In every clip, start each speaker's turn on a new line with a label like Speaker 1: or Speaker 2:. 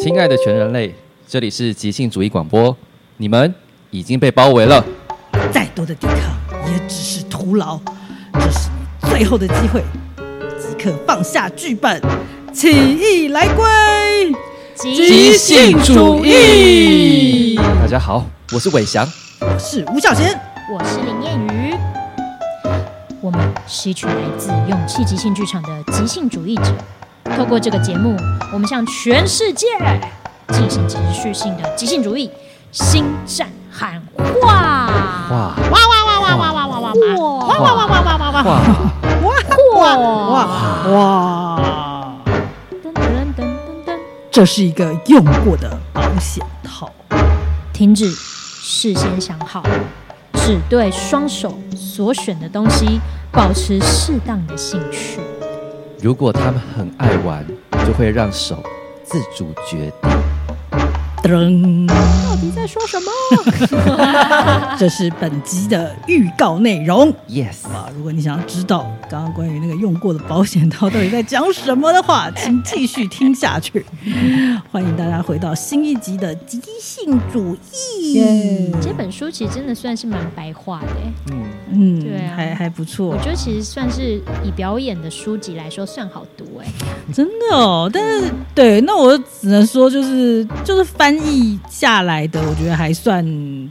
Speaker 1: 亲爱的全人类，这里是即兴主义广播，你们已经被包围了。
Speaker 2: 再多的抵抗也只是徒劳。这是你最后的机会，即刻放下剧本，起义来归！
Speaker 1: 即兴主义，大家好，我是伟翔。
Speaker 2: 我是吴小贤，
Speaker 3: 我是林燕瑜。我们是一群来自勇气即兴剧场的即兴主义者，透过这个节目，我们向全世界进行持续性的即兴主义新战喊话！
Speaker 1: 哇
Speaker 3: 哇哇哇哇哇哇哇哇哇哇哇哇哇哇哇哇！
Speaker 1: 哇，
Speaker 2: 哇哇
Speaker 3: 哇！
Speaker 2: 哇！
Speaker 3: 噔噔噔噔噔！
Speaker 2: 这是一个用过的保险套，
Speaker 3: 停止，事先想好，只对双手所选的东西保持适当的兴趣。
Speaker 1: 如果他们很爱玩，就会让手自主决定。
Speaker 2: 噔，
Speaker 3: 到底在说什么？
Speaker 2: 这是本集的预告内容。
Speaker 1: Yes，
Speaker 2: 啊，如果你想要知道刚刚关于那个用过的保险套到底在讲什么的 话，请继续听下去。
Speaker 3: 嗯
Speaker 2: 欢迎大家回到新一集的即兴主义。
Speaker 3: 这本书其实真的算是蛮白话的欸、
Speaker 1: 嗯，
Speaker 2: 嗯，
Speaker 3: 对啊
Speaker 2: 还还不错
Speaker 3: 我，觉得其实算是以表演的书籍来说算好读哎、
Speaker 2: 真的哦。但是对，那我只能说就是就是翻译下来的，我觉得还算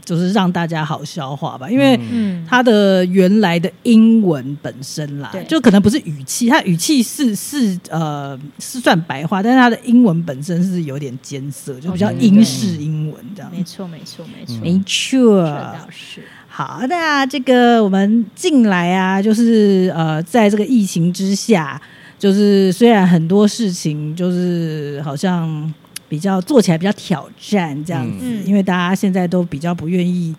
Speaker 2: 就是让大家好消化吧，因为。
Speaker 3: 嗯，
Speaker 2: 它的原来的英文本身啦
Speaker 3: 对，
Speaker 2: 就可能不是语气，它语气是是呃是算白话，但是它的英文本身是有点艰涩，就比较
Speaker 3: 哦对对对
Speaker 2: 英式英文这样。
Speaker 3: 没错没错没错，
Speaker 2: 没错
Speaker 3: 这，倒是
Speaker 2: 好，那这个我们进来啊，就是呃，在这个疫情之下，就是虽然很多事情就是好像比较做起来比较挑战这样子，
Speaker 3: 嗯
Speaker 2: 因为大家现在都比较不愿意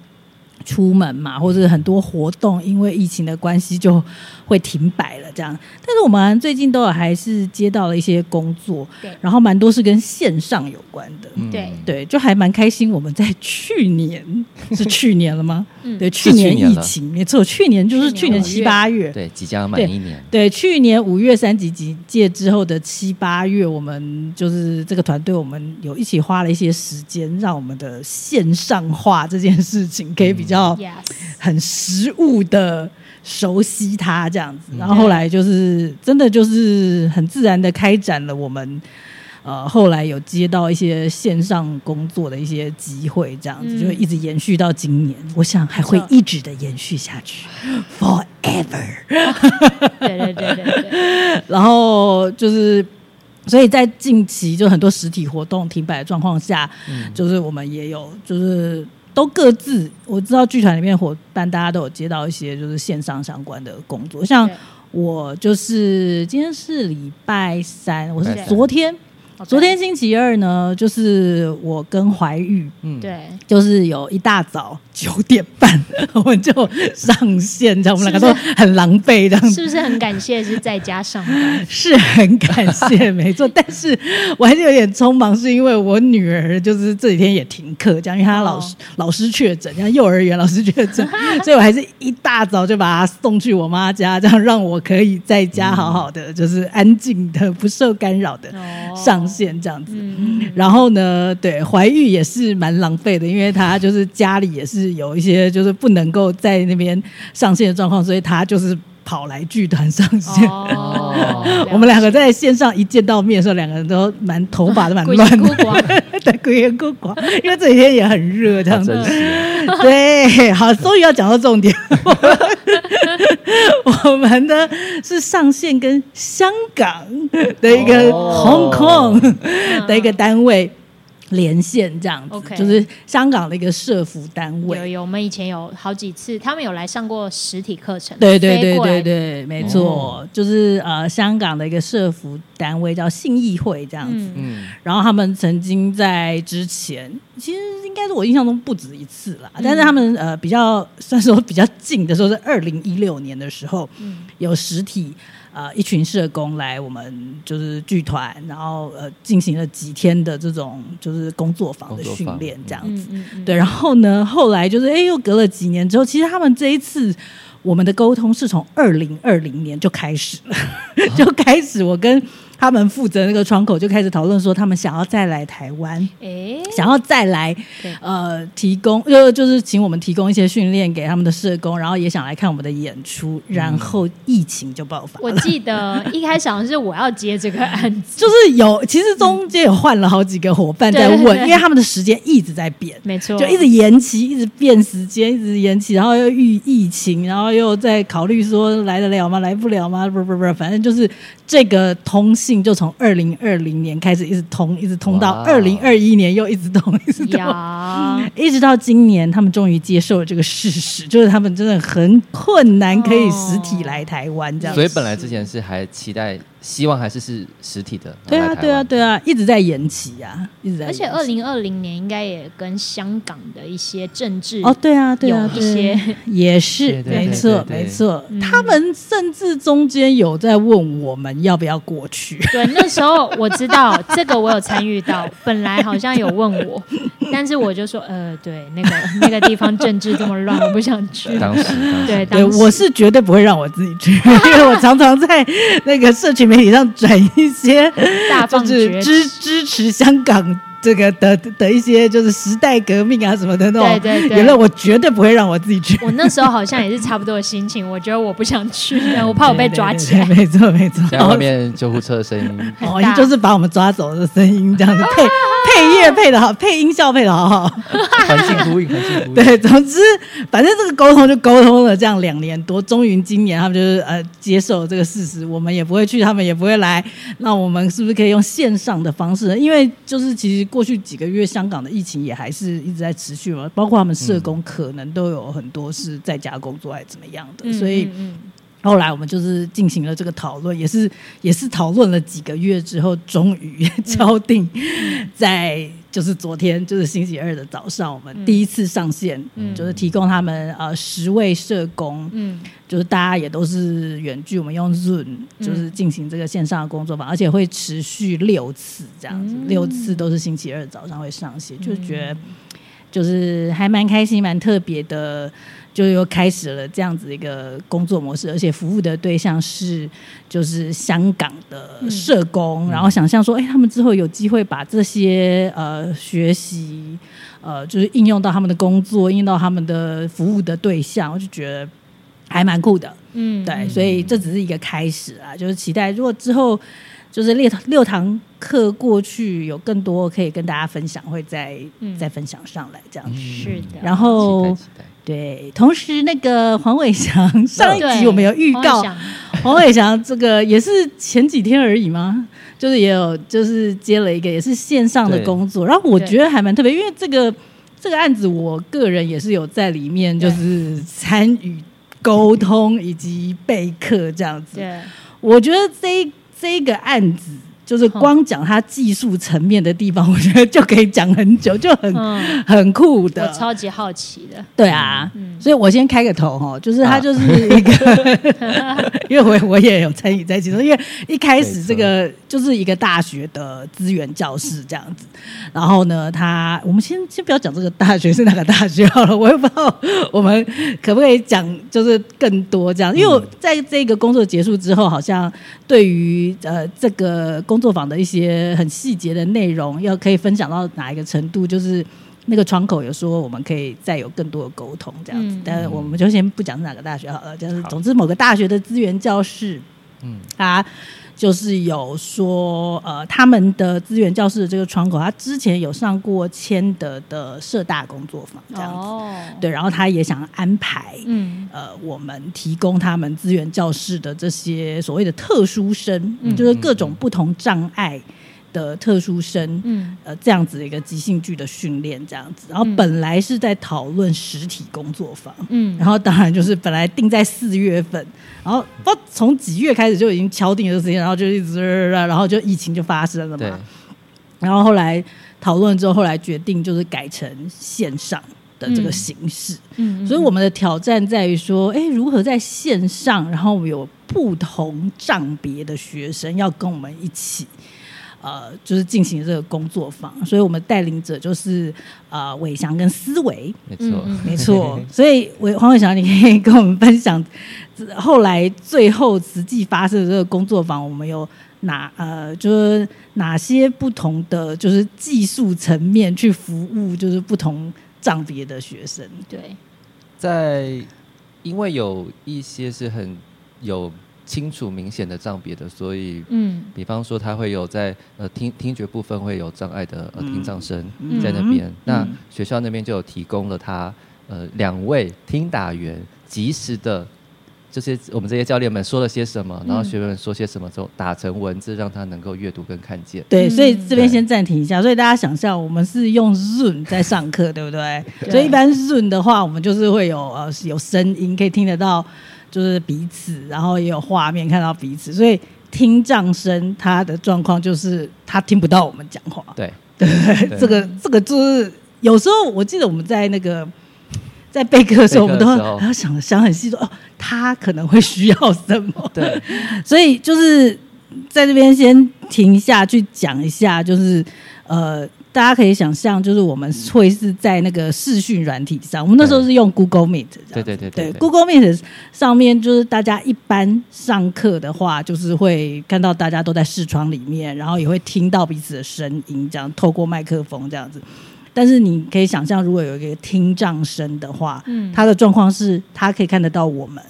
Speaker 2: 出门嘛，或者很多活动因为疫情的关系就会停摆了这样。但是我们最近都有还是接到了一些工作
Speaker 3: 对，
Speaker 2: 然后蛮多是跟线上有关的。
Speaker 1: 嗯
Speaker 3: 对
Speaker 2: 对，就还蛮开心。我们在去年是去年了吗？
Speaker 3: 嗯
Speaker 2: 对，
Speaker 1: 是
Speaker 2: 去
Speaker 1: 去
Speaker 2: 年
Speaker 1: 年
Speaker 2: 疫
Speaker 1: 了
Speaker 2: 情没错，去年就是
Speaker 3: 去
Speaker 2: 去年
Speaker 3: 年五
Speaker 2: 七
Speaker 3: 月
Speaker 2: 八月。
Speaker 1: 对，即将满一年。
Speaker 2: 对，去年五月三级警戒之后的七八月，我们就是这个团队，我们有一起花了一些时间，让我们的线上化这件事情可以比
Speaker 3: 嗯
Speaker 2: 较
Speaker 3: yes
Speaker 2: 很实物的熟悉它这样子。然后后来就是真的就是很自然的开展了我们。呃，后来有接到一些线上工作的一些机会，这样子、
Speaker 3: 嗯
Speaker 2: 就一直延续到今年，我想还会
Speaker 3: 没错
Speaker 2: 一直的延续下去，forever。
Speaker 3: 对对对对对，
Speaker 2: 然后就是，所以在近期就很多实体活动停摆的状况下，就是我们也有就是。都各自，我知道剧团里面伙伴大家都有接到一些就是线上相关的工作，像
Speaker 3: 对
Speaker 2: 我就是今天是礼拜三，我是
Speaker 1: 礼拜三
Speaker 2: 昨天，
Speaker 3: 好
Speaker 2: 昨天星期二呢，就是我跟怀玉
Speaker 1: 嗯，
Speaker 3: 对
Speaker 2: 就是有一大早九点半 我们就上线，这样我们两个都很狼狈这样子，
Speaker 3: 是不是很感谢是在家上 班？
Speaker 2: 是很感谢，没错，但是我还是有点匆忙，是因为我女儿就是这几天也停课，这样，因为她
Speaker 3: 哦
Speaker 2: 老师、老师确诊，像幼儿园老师确诊，所以我还是一大早就把她送去我妈家，这样让我可以在家好好的，就是安静的、不受干扰的
Speaker 3: 哦
Speaker 2: 上线这样子。
Speaker 3: 嗯，嗯
Speaker 2: 然后呢，对怀玉也是蛮狼狈的，因为她就是家里也是有一些就是不能够在那边上线的状况，所以她就是跑来剧团上线。
Speaker 3: 哦
Speaker 2: 我们两个在线上一见到面的时候，两个人都蛮头发都蛮
Speaker 3: 鬼
Speaker 2: 乱
Speaker 3: 哭
Speaker 2: 的，
Speaker 3: 光，
Speaker 2: 对，鬼眼孤寡，因为这几天也很热，这样
Speaker 1: 好
Speaker 2: 子
Speaker 1: 啊真。实。
Speaker 2: 对，好，终于要讲到重点。 我们呢是上线跟香港的一个
Speaker 1: 哦
Speaker 2: Hong Kong 的一个单位连线，这样子
Speaker 3: 嗯 OK
Speaker 2: 就是香港的一个社服单位
Speaker 3: 有。有，我们以前有好几次，他们有来上过实体课程，
Speaker 2: 对对
Speaker 3: 飞
Speaker 2: 对
Speaker 3: 过来哦
Speaker 2: 对对，没错，就是呃，香港的一个社服单位叫信义会这样子。
Speaker 3: 嗯，
Speaker 1: 嗯，
Speaker 2: 然后他们曾经在之前，其实应该是我印象中不止一次啦。
Speaker 3: 嗯
Speaker 2: 但是他们呃比较，算是说比较近的时候是二零一六年的时候，
Speaker 3: 嗯
Speaker 2: 有实体呃一群社工来我们就是剧团，然后呃进行了几天的这种就是工作坊的
Speaker 1: 工作
Speaker 2: 训
Speaker 1: 坊
Speaker 2: 练这样子。
Speaker 3: 嗯嗯嗯，
Speaker 2: 对，然后呢，后来就是哎，又隔了几年之后，其实他们这一次 我们的沟通是从二零二零年就开始了，就开始我跟他们负责那个窗口就开始讨论说，他们想要再来台湾，
Speaker 3: 哎，
Speaker 2: 想要再来
Speaker 3: 对
Speaker 2: 呃提供，就就是请我们提供一些训练给他们的社工，然后也想来看我们的演出，然后疫情就爆发。
Speaker 3: 嗯我记得一开始好像是我要接这个案 子，
Speaker 2: 就是有，其实中间有换了好几个伙伴在问，
Speaker 3: 对对对
Speaker 2: 因为他们的时间一直在变，
Speaker 3: 没错，
Speaker 2: 就一直延期，一直变时间，一直延期，然后又遇疫情，然后又在考虑说来得了吗？来不了吗？不不不，反正就是这个通信就从二零二零年开始一直通，一直通到
Speaker 1: 哇哦
Speaker 2: 二零二一年又一直通， 一直通。
Speaker 3: 呀，
Speaker 2: 一直到今年，他们终于接受了这个事实，就是他们真的很困难，可以实体来台湾这样。
Speaker 1: 嗯所以本来之前是还期待，希望还是是实体的。
Speaker 2: 对啊，
Speaker 1: 来台湾
Speaker 2: 对啊，对啊，一直在延期啊，一直在延
Speaker 3: 而
Speaker 2: 期。
Speaker 3: 且二零二零年应该也跟香港的一些政治
Speaker 2: 哦，对啊，对啊，
Speaker 3: 有一
Speaker 2: 对啊
Speaker 3: 些
Speaker 2: 也是
Speaker 1: 对对
Speaker 2: 没
Speaker 1: 对
Speaker 2: 错，
Speaker 1: 对对
Speaker 2: 没错
Speaker 3: 嗯。
Speaker 2: 他们甚至中间有在问我们要不要过 去，
Speaker 3: 对，那时候我知道这个，我有参与到。 本来好像有问我， 但是我就说，呃，对，那个 那个地方政治这么乱，我不想去。
Speaker 1: 当时当时
Speaker 2: 对
Speaker 3: 对，当时
Speaker 2: 我是绝对不会让我自己去， 因为我常常在那个社群媒体上转一 些
Speaker 3: 大放
Speaker 2: 就
Speaker 3: 厥
Speaker 2: 是支支持香港这个的的一些就是时代革命啊什么的那
Speaker 3: 对
Speaker 2: 种
Speaker 3: 对
Speaker 2: 言论，
Speaker 3: 对。
Speaker 2: 我绝对不会让我自己去。
Speaker 3: 我那时候好像也是差不多的心情，我觉得我不 想去，我怕我被抓
Speaker 2: 对对
Speaker 3: 起来。
Speaker 2: 对没错没错。
Speaker 1: 现在外面救护车的声音，
Speaker 2: 哦，
Speaker 3: 很大
Speaker 2: 就是把我们抓走的声音这样子配配乐配的好，配音效配的好好。
Speaker 1: 环境呼应，环境呼应。
Speaker 2: 对，总之反正这个沟通就沟通了，这样两年多，终于今年他们就是呃接受这个事实，我们也不会去，他们也不会来，那我们是不是可以用线上的方式呢？ 因为就是其实过去几个月香港的疫情也还是一直在持续嘛，包括他们社工可能都有很多是在家工作还是怎么样的，
Speaker 3: 嗯
Speaker 2: 所以。
Speaker 3: 嗯嗯
Speaker 2: 后来我们就是进行了这个讨论，也是也是讨论了几个月之后，终于 敲定在就是昨天就是星期二的早上，我们第一次上线，就是提供他们呃十位社工，
Speaker 3: 嗯
Speaker 2: 就是大家也都是远距，我们用 Zoom 就是进行这个线上的工作坊，而且会持续六次这样子，六次都是星期二早上会上线，就觉得就是还蛮开心、蛮特别的，就又开始了这样子一个工作模式，而且服务的对象是就是香港的社工，然后想象说，哎、他们之后有机会把这些呃学习呃就是应用到他们的工作，应用到他们的服务的对象，我就觉得还蛮酷的。
Speaker 3: 嗯，
Speaker 2: 对，所以这只是一个开始啊，就是期待如果之后就是六六堂课过去，有更多可以跟大家分享，会再、
Speaker 3: 嗯
Speaker 2: 再分享上来这样。
Speaker 3: 是的
Speaker 2: 然后
Speaker 1: 嗯期待期
Speaker 2: 对，同时那个黄伟翔上一
Speaker 3: 对
Speaker 2: 集我们有预告
Speaker 3: 我，想
Speaker 2: 黄伟翔这个也是前几天而已吗？就是也有就是接了一个也是线上的
Speaker 1: 对
Speaker 2: 工作，然后我
Speaker 3: 对
Speaker 2: 觉得还蛮特别，因为这个这个案子我个人也是有在里面
Speaker 3: 对
Speaker 2: 就是参与沟通以及备课这样子。
Speaker 3: 对，
Speaker 2: 我觉得这一这一个案子，
Speaker 3: 嗯
Speaker 2: 就是光讲它技术层面的地方，我觉得就可以讲很久，就很、
Speaker 3: 嗯，
Speaker 2: 很酷
Speaker 3: 我
Speaker 2: 的。
Speaker 3: 超级好奇的，
Speaker 2: 对啊，
Speaker 3: 嗯
Speaker 2: 所以我先开个头哈，就是它
Speaker 1: 啊
Speaker 2: 就是一个， 因为我我也有参与在其中，因为一开始这个就是一个大学的资源教室这样子，然后呢，他我们先先不要讲这个大学是哪个大学好了，我也不知道我们可不可以讲就是更多这样，因为
Speaker 3: 嗯
Speaker 2: 我在这个工作结束之后，好像对于呃这个工作坊的一些很细节的内容，要可以分享到哪一个程度，就是。那个窗口有说我们可以再有更多的沟通这样子，
Speaker 3: 嗯
Speaker 2: 但是我们就先不讲哪个大学好了，就是总之某个大学的资源教室，
Speaker 1: 嗯，
Speaker 2: 他就是有说，呃，他们的资源教室的这个窗口，他之前有上过千德的社大工作坊这样子，
Speaker 3: 哦，
Speaker 2: 对，然后他也想安排，
Speaker 3: 嗯
Speaker 2: 呃，我们提供他们资源教室的这些所谓的特殊生，
Speaker 3: 嗯
Speaker 2: 就是各种不同障碍的特殊生，
Speaker 3: 嗯
Speaker 2: 呃，这样子的一个即兴剧的训练这样子，然后
Speaker 3: 嗯
Speaker 2: 本来是在讨论实体工作坊，
Speaker 3: 嗯，
Speaker 2: 然后当然就是本来定在四月份，然后不知道从几月开始就已经敲定了这个时间，然后就一直，然后就疫情就发生了
Speaker 1: 对
Speaker 2: 嘛。然后后来讨论之后，后来决定就是改成线上的这个形式。
Speaker 3: 嗯，
Speaker 2: 所以我们的挑战在于说，哎，如何在线上，然后我们有不同障别的学生要跟我们一起。呃，就是进行这个工作坊，所以我们带领者就是呃伟翔跟思维，
Speaker 1: 没
Speaker 3: 嗯
Speaker 1: 错，
Speaker 3: 嗯
Speaker 2: 没错，所以我黄伟翔，你可以跟我们分享后来最后实际发生的这个工作坊，我们有哪呃，就是哪些不同的就是技术层面去服务，就是不同障别的学生。
Speaker 3: 嗯对，
Speaker 1: 在因为有一些是很有清楚明显的障别的，所以
Speaker 3: 嗯，
Speaker 1: 比方说他会有在呃听听觉部分会有障碍的呃听障生
Speaker 3: 嗯
Speaker 1: 在那边，那
Speaker 2: 嗯
Speaker 1: 学校那边就有提供了他呃两位听打员及时的。这些我们这些教练们说了些什么，然后
Speaker 3: 嗯
Speaker 1: 学员们说些什么之后，打成文字让他能够阅读跟看见。
Speaker 2: 对，
Speaker 3: 嗯
Speaker 2: 所以这
Speaker 1: 对
Speaker 2: 边先暂停一下。所以大家想哦象，我们是用 Zoom 在上课，对不对？
Speaker 3: 对
Speaker 2: 所以一般 Zoom 的话，我们就是会有呃有声音，可以听得到，就是彼此，然后也有画面看到彼此。所以听障声他的状况就是他听不到我们讲话，
Speaker 1: 对，
Speaker 2: 对不对？
Speaker 1: 对
Speaker 2: 这个这个就是有时候我记得我们在那个。在备课的时候，我
Speaker 1: 备
Speaker 2: 们
Speaker 1: 课的
Speaker 2: 都
Speaker 1: 时候
Speaker 2: 要还要想想很细说，哦，他可能会需要什 么？
Speaker 1: 对，
Speaker 2: 所以就是在这边先停下去讲一下，就是呃，大家可以想象，就是我们
Speaker 1: 嗯
Speaker 2: 会是在那个视讯软体上，我们那时候是用 Google Meet，这样
Speaker 1: 对对对
Speaker 2: 对
Speaker 1: 对
Speaker 2: Google Meet 上面就是大家一般上课的话，就是会看到大家都在视窗里面，然后也会听到彼此的声音，这样透过麦克风这样子。但是你可以想象，如果有一个听障声的话，
Speaker 3: 嗯
Speaker 2: 他的状况是他可以看得到我们，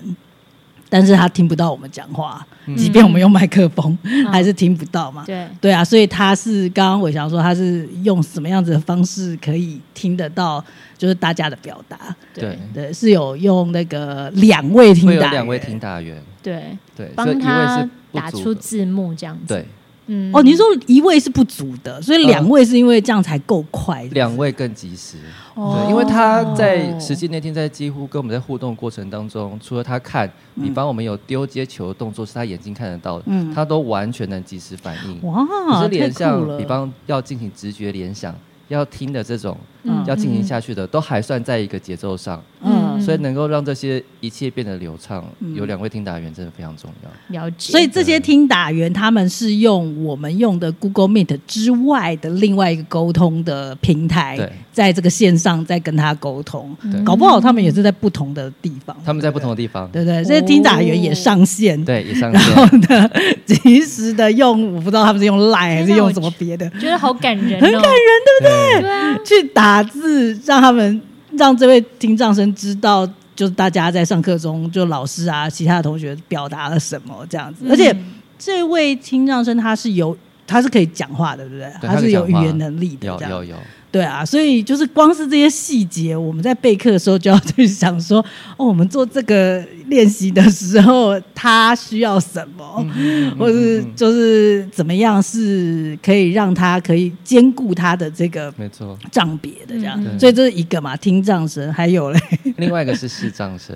Speaker 2: 但是他听不到我们讲话，
Speaker 1: 嗯
Speaker 2: 即便我们用麦克风，
Speaker 3: 嗯
Speaker 2: 还是听不到嘛。
Speaker 3: 对，
Speaker 2: 对啊，所以他是刚刚我想说，他是用什么样子的方式可以听得到，就是大家的表达。
Speaker 1: 对，
Speaker 2: 对，是有用那个两位听
Speaker 1: 嗯
Speaker 2: 打
Speaker 1: 会有
Speaker 2: 员，
Speaker 1: 两位听打员，
Speaker 3: 对，
Speaker 1: 对，所以一
Speaker 3: 帮
Speaker 1: 位是
Speaker 3: 他
Speaker 1: 不
Speaker 3: 打
Speaker 1: 足
Speaker 3: 出
Speaker 1: 的
Speaker 3: 字幕这样子。，
Speaker 1: 对，
Speaker 3: 嗯
Speaker 2: 哦，你说一位是不足的，所以两位是因为这样才够快。是不是
Speaker 1: 两位更及时，
Speaker 3: 哦
Speaker 1: 对，因为他在实际那天在几乎跟我们在互动过程当中，除了他看，比方我们有丢接球的动作是他眼睛看得到的，
Speaker 2: 嗯
Speaker 1: 他都完全能及时反应，可
Speaker 2: 哇，
Speaker 1: 是
Speaker 2: 太
Speaker 1: 联
Speaker 2: 酷
Speaker 1: 想，
Speaker 2: 了！
Speaker 1: 比方要进行直觉联想，要听的这种，
Speaker 2: 嗯
Speaker 1: 要进行下去的，都还算在一个节奏上，
Speaker 2: 嗯
Speaker 1: 所以能够让这些一切变得流畅，
Speaker 2: 嗯
Speaker 1: 有两位听打员真的非常重要。
Speaker 3: 嗯了解，
Speaker 2: 所以这些听打员他们是用我们用的 Google Meet 之外的另外一个沟通的平台
Speaker 1: 对，
Speaker 2: 在这个线上在跟他沟通，
Speaker 1: 对
Speaker 2: 搞不好他们也是在不同的地方，
Speaker 1: 嗯他们在不同的地方，
Speaker 2: 对不对？这些听打员也上线，
Speaker 1: 对，以上
Speaker 2: 然
Speaker 1: 线。
Speaker 2: 后呢，及时的用，我不知道他们是用 Line 还是用什么别的，
Speaker 3: 觉得好感人，哦很感人，
Speaker 1: 对
Speaker 3: 对啊，
Speaker 2: 去打字，让他们让这位听障生知道，就是大家在上课中，就老师啊，其他的同学表达了什么这样子。而且
Speaker 3: 嗯
Speaker 2: 这位听障生他是有。他是可以讲话的，对不对？
Speaker 1: 对
Speaker 2: 他
Speaker 1: 他可
Speaker 2: 是
Speaker 1: 以
Speaker 2: 有语
Speaker 1: 讲话
Speaker 2: 言能力的，
Speaker 1: 有
Speaker 2: 这样
Speaker 1: 有有，
Speaker 2: 对啊，所以就是光是这些细节，我们在备课的时候就要去想说， 哦，我们做这个练习的时候，他需要什么，或是就是怎么样是可以让他可以兼顾他的这个
Speaker 1: 没错。
Speaker 2: 障别的这样。
Speaker 1: 嗯
Speaker 2: 所以这是一个嘛，听障声，还有嘞，
Speaker 1: 另外一个是视障生，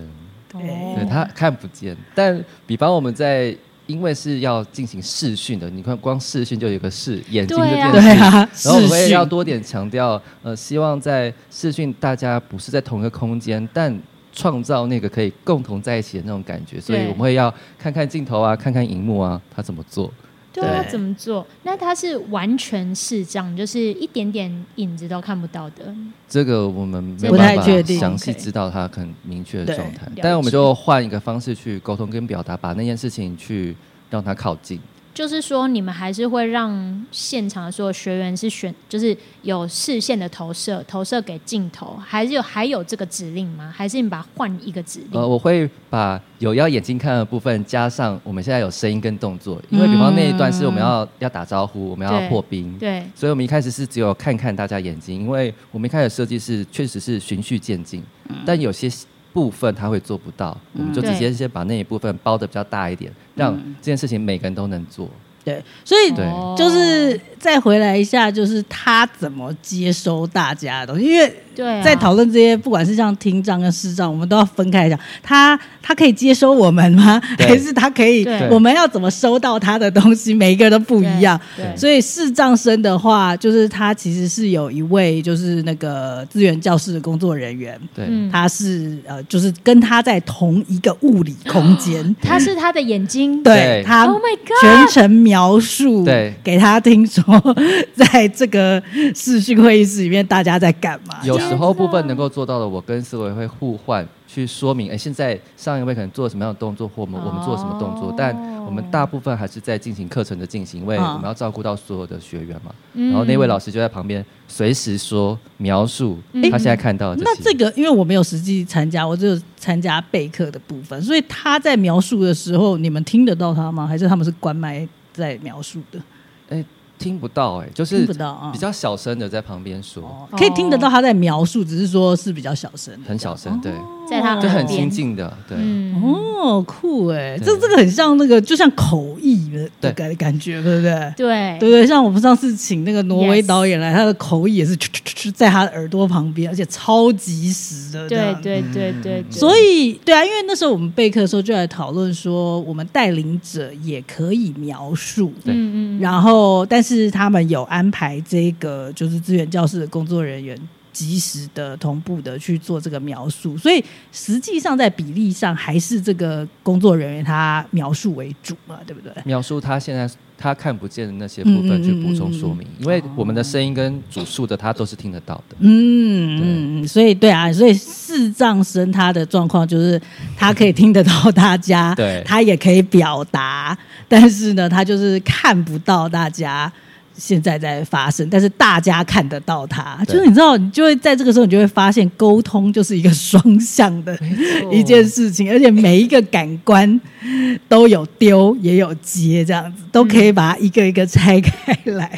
Speaker 3: 哦
Speaker 1: 对他看不见，但比方我们在。因为是要进行视讯的，你看光视讯就有一个视，眼睛就
Speaker 3: 对啊
Speaker 1: 变
Speaker 2: 对
Speaker 1: 视，
Speaker 2: 啊，
Speaker 1: 然后我
Speaker 2: 视
Speaker 1: 们也
Speaker 2: 讯
Speaker 1: 要多点强调，呃，希望在视讯大家不是在同一个空间，但创造那个可以共同在一起的那种感觉，所以
Speaker 3: 对
Speaker 1: 我们会要看看镜头啊，看看荧幕啊，他怎么做。
Speaker 3: 对啊，
Speaker 2: 对
Speaker 3: 怎么做？那他是完全视障，就是一点点影子都看不到的。
Speaker 1: 这个我们没有
Speaker 2: 不太
Speaker 1: 办法
Speaker 2: 确定
Speaker 1: 详细
Speaker 3: OK
Speaker 1: 知道他很明确的状态
Speaker 3: 对，
Speaker 1: 但我们
Speaker 3: 了解
Speaker 1: 就换一个方式去沟通跟表达，把那件事情去让他靠近。
Speaker 3: 就是说，你们还是会让现场的所有学员是选，就是有视线的投射，投射给镜头，还是有还有这个指令吗？还是你把它换一个指令？
Speaker 1: 呃，我会把有要眼睛看的部分加上我们现在有声音跟动作，因为比方那一段是我们要、要打招呼，我们
Speaker 3: 对
Speaker 1: 要破冰，
Speaker 3: 对，
Speaker 1: 所以我们一开始是只有看看大家眼睛，因为我们一开始设计是确实是循序渐进，
Speaker 3: 嗯
Speaker 1: 但有些部分他会做不到，我们就直接先把那一部分包的比较大一点，让
Speaker 3: 嗯
Speaker 1: 这件事情每个人都能做。
Speaker 2: 对，所以
Speaker 1: 对
Speaker 3: 哦
Speaker 2: 就是再回来一下，就是他怎么接收大家的东西，因为
Speaker 3: 对啊，
Speaker 2: 在讨论这些，不管是像听障跟视障，我们都要分开讲。他他可以接收我们吗？
Speaker 1: 对
Speaker 2: 还是他可以
Speaker 3: 对？
Speaker 2: 我们要怎么收到他的东西？每一个人都不一样。
Speaker 3: 对，对
Speaker 1: 对
Speaker 2: 所以视障生的话，就是他其实是有一位就是那个资源教室的工作人员，
Speaker 1: 对，
Speaker 3: 嗯，，
Speaker 2: 他是呃，就是跟他在同一个物理空间
Speaker 3: 他是他的眼睛，
Speaker 1: 嗯
Speaker 2: 对
Speaker 1: 对
Speaker 2: 他
Speaker 3: Oh my God
Speaker 2: 全程描述，
Speaker 1: 对
Speaker 2: 给他听说 在这个视讯会议室里面大家在干嘛，
Speaker 1: 有
Speaker 2: 啊这样啊
Speaker 1: 时候部分能够做到的，我跟思维会
Speaker 2: 哦
Speaker 1: 互换去说明，哎，现在上一位可能做了什么样的动作，或我们我们做了什么动作
Speaker 3: 哦，
Speaker 1: 但我们大部分还是在进行课程的进行，因为
Speaker 2: 嗯
Speaker 1: 我们要照顾到所有的学员嘛。
Speaker 3: 嗯
Speaker 1: 然后那位老师就在旁边随时说描述
Speaker 3: 嗯
Speaker 1: 他现在看到的
Speaker 2: 那
Speaker 1: 些
Speaker 2: 啊这个，因为我没有实际参加，我只有参加备课的部分，所以他在描述的时候，你们听得到他吗？还是他们是关麦在描述的？
Speaker 1: 听不到哎、就
Speaker 2: 听
Speaker 1: 是
Speaker 2: 不到啊，
Speaker 1: 比较小声的在旁边说，
Speaker 2: 哦可以听得到他在描述，只是说是比较小声的，
Speaker 1: 很小声，对，
Speaker 3: 在他
Speaker 1: 就很
Speaker 3: 耳边
Speaker 1: 亲近的，对。
Speaker 3: 嗯，
Speaker 2: 哦，酷哎、
Speaker 1: 对
Speaker 2: 这这个很像那个，就像口译的的
Speaker 1: 对
Speaker 2: 感感觉，对不对？
Speaker 3: 对
Speaker 2: 对对，像我们上次请那个挪威
Speaker 3: Yes
Speaker 2: 导演来，他的口译也是啾啾啾啾在他的耳朵旁边，而且超及时的，这
Speaker 3: 对
Speaker 2: 样
Speaker 3: 对对对对，
Speaker 2: 所以，对啊，因为那时候我们备课的时候就来讨论说，我们带领者也可以描述，
Speaker 1: 对
Speaker 3: 嗯嗯，
Speaker 2: 然后但是他们有安排这个就是资源教室的工作人员及时的同步的去做这个描述，所以实际上在比例上还是这个工作人员他描述为主嘛，对不对？
Speaker 1: 描述他现在他看不见的那
Speaker 2: 嗯
Speaker 1: 些部分去补充说明，因为我们
Speaker 2: 哦
Speaker 1: 的声音跟主述的他都是听得到的。
Speaker 2: 嗯嗯，嗯，所以对啊，所以视障生他的状况就是他可以听得到大 家，
Speaker 1: 对
Speaker 2: 他也可以表达，但是呢，他就是看不到大家现在在发生，但是大家看得到他，
Speaker 1: 对
Speaker 2: 就是你知道，你就会在这个时候，你就会发现沟通就是一个双向的 一件事情，而且每一个感官都有丢也有接，这样子都可
Speaker 1: 嗯
Speaker 2: 以把它一个一个拆开来。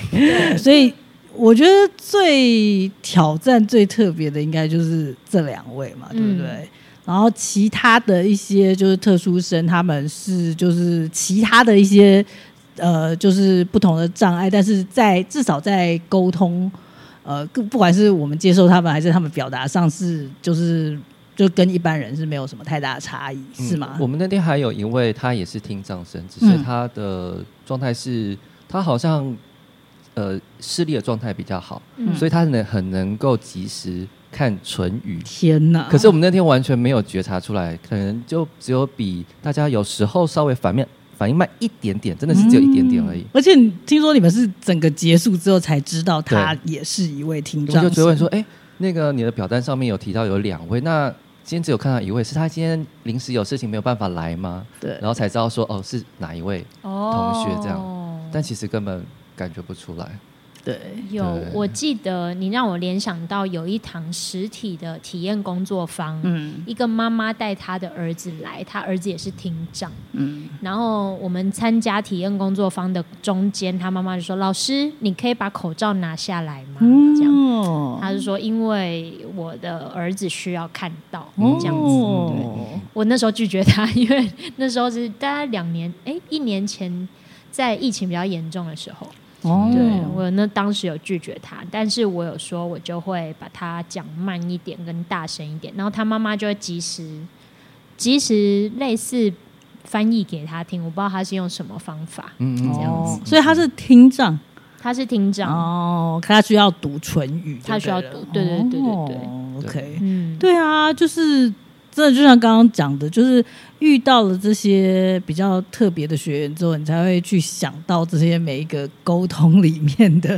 Speaker 2: 所以我觉得最挑战、最特别的应该就是这两位嘛，对
Speaker 3: 嗯
Speaker 2: 不对？然后其他的一些就是特殊生，他们是就是其他的一些呃，就是不同的障碍，但是在至少在沟通。呃，不不管是我们接受他们，还是他们表达上是，就是就跟一般人是没有什么太大的差异，
Speaker 1: 嗯
Speaker 2: 是吗？
Speaker 1: 我们那天还有一位，他也是听障生，只是
Speaker 2: 嗯
Speaker 1: 他的状态是，他好像呃视力的状态比较好，
Speaker 3: 嗯
Speaker 1: 所以他能很能够及时看唇语。
Speaker 2: 天哪！
Speaker 1: 可是我们那天完全没有觉察出来，可能就只有比大家有时候稍微反面反应慢一点点，真的是只有一点点而已。
Speaker 2: 嗯而且听说你们是整个结束之后才知道他也是一位听
Speaker 1: 我
Speaker 2: 障
Speaker 1: 就
Speaker 2: 生，
Speaker 1: 追问说，哎、那个你的表单上面有提到有两位，那今天只有看到一位，是他今天临时有事情没有办法来吗？
Speaker 2: 对
Speaker 1: 然后才知道说，哦，是哪一位，
Speaker 3: 哦
Speaker 1: 同学这但其实根本感觉不出来。
Speaker 2: 对，
Speaker 3: 有
Speaker 1: 对，
Speaker 3: 我记得你让我联想到有一堂实体的体验工作坊，
Speaker 2: 嗯
Speaker 3: 一个妈妈带她的儿子来，她儿子也是听障，
Speaker 2: 嗯，
Speaker 3: 然后我们参加体验工作坊的中间，她妈妈就说：“老师，你可以把口罩拿下来吗？”嗯
Speaker 1: 嗯
Speaker 3: 这样，
Speaker 2: 哦，
Speaker 3: 她就说：“因为我的儿子需要看到。”
Speaker 1: 嗯
Speaker 3: 这样子，
Speaker 2: 哦
Speaker 3: 我那时候拒绝他， 因为那时候是大概两年，哎、一年前在疫情比较严重的时候，
Speaker 2: 哦，
Speaker 3: 对我那当时有拒绝他，但是我有说我就会把他讲慢一点，跟大声一点，然后他妈妈就会及时及时类似翻译给他听，我不知道他是用什么方法，
Speaker 1: 嗯嗯，
Speaker 3: 这样
Speaker 2: 哦
Speaker 3: 子
Speaker 2: 所以他是听障
Speaker 3: 他是听障，
Speaker 2: 哦，可他需要读唇语就对了，
Speaker 3: 他需要读对对对对对
Speaker 2: 哦，OK，
Speaker 3: 嗯，
Speaker 2: 对啊，就是真的，就像刚刚讲的，就是遇到了这些比较特别的学员之后，你才会去想到这些每一个沟通里面的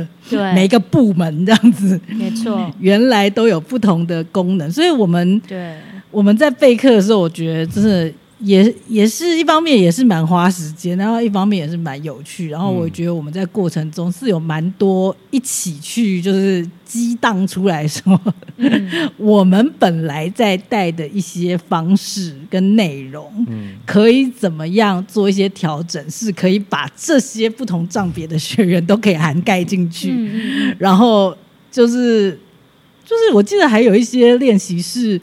Speaker 2: 每一
Speaker 3: 对，嗯
Speaker 2: 个嗯部门这样子，
Speaker 3: 没错，
Speaker 2: 原来都有不同的功能。所以我们
Speaker 3: 对，
Speaker 2: 我们在备课的时候，我觉得真的。也也是一方面也是蛮花时间，然后一方面也是蛮有趣，然后我
Speaker 1: 嗯
Speaker 2: 觉得我们在过程中是有蛮多一起去就是激荡出来什么
Speaker 3: 嗯，
Speaker 2: 我们本来在带的一些方式跟内容，
Speaker 1: 嗯，
Speaker 2: 可以怎么样做一些调整，是可以把这些不同障别的学员都可以涵盖进去。
Speaker 3: 嗯嗯
Speaker 2: 然后就是就是，我记得还有一些练习是。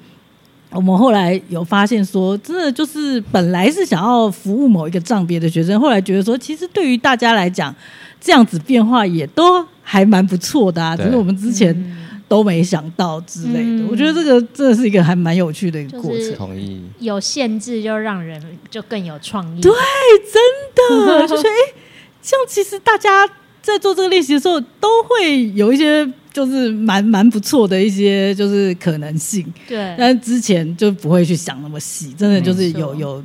Speaker 2: 我们后来有发现说，真的就是本来是想要服务某一个障别的学生，后来觉得说，其实对于大家来讲，这样子变化也都还蛮不错的啊。只
Speaker 1: 对
Speaker 2: 是我们之前
Speaker 3: 嗯
Speaker 2: 都没想到之类的。
Speaker 3: 嗯
Speaker 2: 我觉得这个真的是一个还蛮有趣的一个过程，
Speaker 3: 就
Speaker 1: 嗯
Speaker 3: 是
Speaker 1: 同 意。
Speaker 3: 有限制就让人就更有创意，
Speaker 2: 对真 的就觉得哎，像其实大家在做这个练习的时候，都会有一些就是蛮蛮不错的一些就是可能性，
Speaker 3: 对，
Speaker 2: 但之前就不会去想那么细，真的就是有
Speaker 3: 嗯没错
Speaker 2: 有。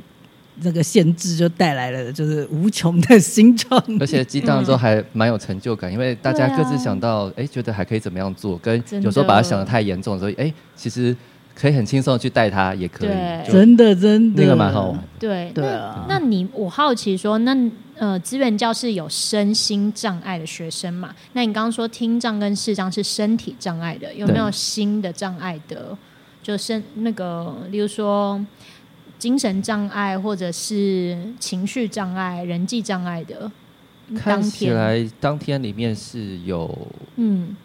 Speaker 2: 这个限制就带来了就是无穷的新创意，
Speaker 1: 而且激荡之后还蛮有成就感，因为大家各自想到，哎、觉得还可以怎么样做，跟
Speaker 3: 嗯真的
Speaker 1: 有时候把它想得太严重的时候，哎、其实可以很轻松的去带它，也可以，
Speaker 3: 对
Speaker 1: 就
Speaker 2: 真的真的
Speaker 1: 那个蛮好玩。
Speaker 3: 对，
Speaker 2: 对啊
Speaker 3: 那那你我好奇说，那呃，资源教室有身心障碍的学生嘛？那你刚刚说听障跟视障是身体障碍的，有没有
Speaker 1: 对
Speaker 3: 新的障碍的？就身那个，例如说精神障碍，或者是情绪障碍、人际障碍的，
Speaker 1: 看
Speaker 3: 当
Speaker 1: 起
Speaker 3: 天
Speaker 1: 来当天里面是有，
Speaker 3: 嗯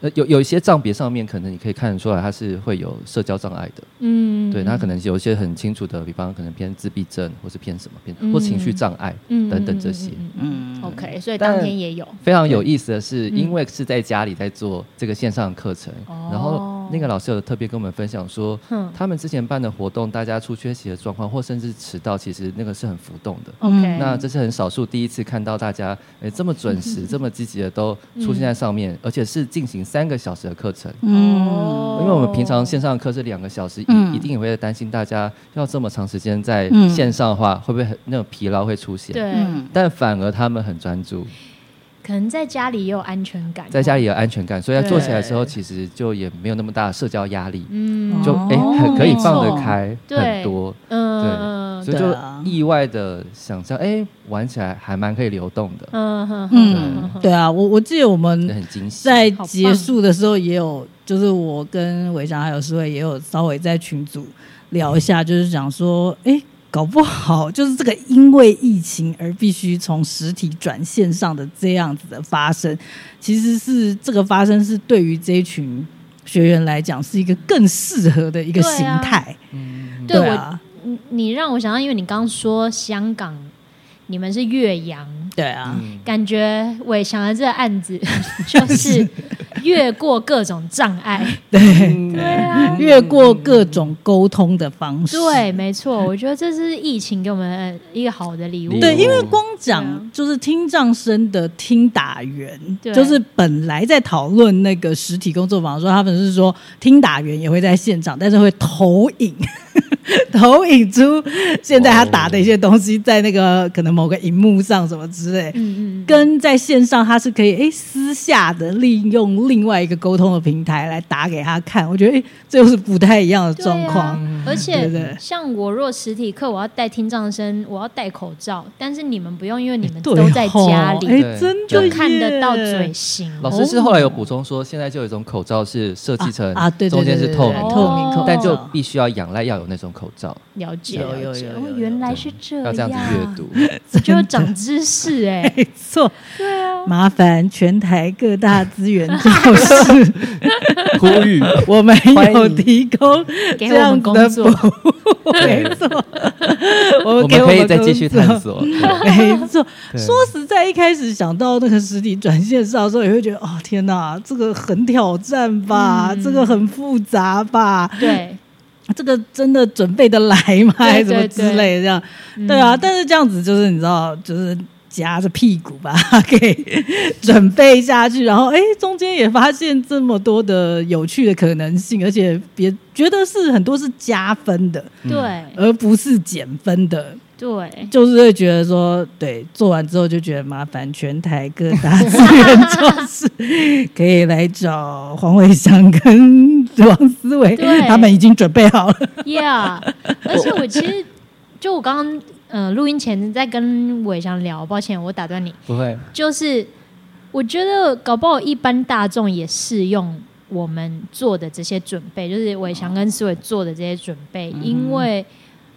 Speaker 1: 呃，有有一些账别上面可能你可以看得出来，它是会有社交障碍的。
Speaker 3: 嗯，
Speaker 1: 对，那可能有一些很清楚的，比方可能偏自闭症，或是偏什么偏、
Speaker 3: 嗯
Speaker 1: 或情绪障碍。
Speaker 3: 嗯
Speaker 1: 等等这些
Speaker 3: 嗯嗯嗯
Speaker 2: 嗯
Speaker 3: OK，所以
Speaker 1: 但
Speaker 3: 当天也有，
Speaker 1: 非常有意思的是，
Speaker 3: 对嗯
Speaker 1: 因为是在家里在做这个线上课程，
Speaker 3: 哦
Speaker 1: 然后那个老师有特别跟我们分享说，
Speaker 3: 哼
Speaker 1: 他们之前办的活动，大家出缺席的状况，或甚至迟到，其实那个是很浮动的。
Speaker 3: ，OK，
Speaker 2: 嗯
Speaker 1: 那这是很少数第一次看到大家诶这么准 时、这么积极的都出现在上面，
Speaker 3: 嗯
Speaker 1: 而且是进行三个小时的课程。
Speaker 3: 哦
Speaker 2: 嗯，
Speaker 1: 因为我们平常线上课是两个小时，一、
Speaker 2: 嗯
Speaker 1: 一定也会担心大家要这么长时间在
Speaker 2: 嗯
Speaker 1: 线上的话，会不会很那种疲劳会出现？
Speaker 3: 对，
Speaker 2: 嗯
Speaker 1: 但反而他们很专注，
Speaker 3: 可能在家里也有安全感，
Speaker 1: 在家里有安全感，所以他
Speaker 3: 对
Speaker 1: 做起来之后，其实就也没有那么大的社交压力，
Speaker 3: 嗯，
Speaker 1: 就
Speaker 2: 哦
Speaker 1: 哎、很可以放
Speaker 3: 没错
Speaker 1: 得开
Speaker 3: 对
Speaker 1: 很多，
Speaker 3: 嗯，
Speaker 1: 所以
Speaker 2: 对
Speaker 1: 就
Speaker 2: 啊
Speaker 1: 意外的想象，哎、玩起来还蛮可以流动的，
Speaker 3: 嗯哼
Speaker 2: 嗯，对啊，我我记得我们
Speaker 1: 也很惊喜。
Speaker 2: 在结束的时候也有，就是我跟伟翔还有诗慧也有稍微在群组聊一下，就是讲说，哎、搞不好就是这个因为疫情而必须从实体转线上的这样子的发生，其实是这个发生是对于这一群学员来讲是一个更适合的一个形态，
Speaker 1: 嗯
Speaker 3: 对
Speaker 2: 啊，
Speaker 3: 你你让我想到，因为你刚刚说香港，你们是岳阳，
Speaker 2: 对啊，
Speaker 1: 嗯
Speaker 3: 感觉我想的这个案 子就是越过各种障 碍，对啊。
Speaker 2: 越过各种沟通的方式，
Speaker 3: 对，没错，我觉得这是疫情给我们一个好的礼物。
Speaker 2: 对，因为
Speaker 1: 哦
Speaker 2: 光
Speaker 3: 对啊
Speaker 2: 讲就是听障生的听打员
Speaker 3: 对，
Speaker 2: 就是本来在讨论那个实体工作坊的时候，他们是说听打员也会在现场，但是会投影， 投影出现在他打的一些东西在那个可能某个荧幕上什么之类。
Speaker 3: 嗯嗯，
Speaker 2: 跟在线上，他是可以诶私下的利用另外一个沟通的平台来打给他看，我觉得诶这又是不太一样的
Speaker 3: 对
Speaker 2: 状况。
Speaker 3: 啊。而
Speaker 2: 对
Speaker 3: 且
Speaker 2: 不对
Speaker 3: 像我若实体课，我要带听障生，我要戴口罩，但是你们不用，因为你们
Speaker 2: 哎对
Speaker 3: 啊都在
Speaker 2: 吼
Speaker 3: 家里，
Speaker 2: 诶
Speaker 1: 对
Speaker 2: 真的
Speaker 3: 就
Speaker 2: 耶
Speaker 3: 看得到嘴型。
Speaker 1: 老师是后来有补充说，现在就有一种口罩是设计成
Speaker 2: 啊，对对
Speaker 1: 中间
Speaker 2: 对
Speaker 1: 是
Speaker 2: 对
Speaker 1: 透
Speaker 2: 对
Speaker 1: 明
Speaker 3: 的
Speaker 2: 透明口罩，
Speaker 1: 但就必须要仰赖要有那种口罩，
Speaker 3: 了解，
Speaker 2: 有有
Speaker 3: 了解
Speaker 2: 有
Speaker 3: 哦
Speaker 2: 有有
Speaker 3: 原来是这样，
Speaker 1: 要这样子阅 读，
Speaker 3: 就长知识哎、
Speaker 2: 没错，
Speaker 3: 对啊，
Speaker 2: 麻烦全台各大资源教 室，
Speaker 1: 呼吁。
Speaker 2: 我们
Speaker 1: 欢
Speaker 2: 有
Speaker 1: 迎
Speaker 2: 提供
Speaker 3: 给
Speaker 2: 这
Speaker 3: 我
Speaker 2: 样
Speaker 3: 们
Speaker 2: 子
Speaker 3: 工
Speaker 2: 的
Speaker 3: 作
Speaker 2: 服务，没错，我
Speaker 1: 我
Speaker 2: 们给
Speaker 1: 们可以
Speaker 2: 工
Speaker 1: 再继续
Speaker 2: 作
Speaker 1: 探。索。对
Speaker 2: 没错，
Speaker 1: 对
Speaker 2: 说实在，一开始想到那个实体转线上的时候，也会觉得哦，天哪，这个很挑战吧，
Speaker 3: 嗯
Speaker 2: 这个很复杂吧，
Speaker 3: 对，
Speaker 2: 这个真的准备的来吗？还是什么
Speaker 3: 对
Speaker 2: 之类的这样。
Speaker 3: 嗯
Speaker 2: 对啊，但是这样子就是你知道，就是夹着屁股把它给准备下去，然后哎，诶中间也发现这么多的有趣的可能性，而且别觉得是很多是加分的，
Speaker 3: 对
Speaker 2: 而不是减分的，
Speaker 3: 对，
Speaker 2: 就是会觉得说，对，做完之后就觉得麻烦全台各大资源教室可以来找黄伟翔跟王思维
Speaker 3: 对，
Speaker 2: 他们已经准备好了，
Speaker 3: Yeah，而且我其实就我刚刚呃录音前在跟伟翔聊，抱歉我打断你，
Speaker 1: 不会，
Speaker 3: 就是我觉得搞不好一般大众也适用我们做的这些准备，就是伟翔跟思伟做的这些准备，因为。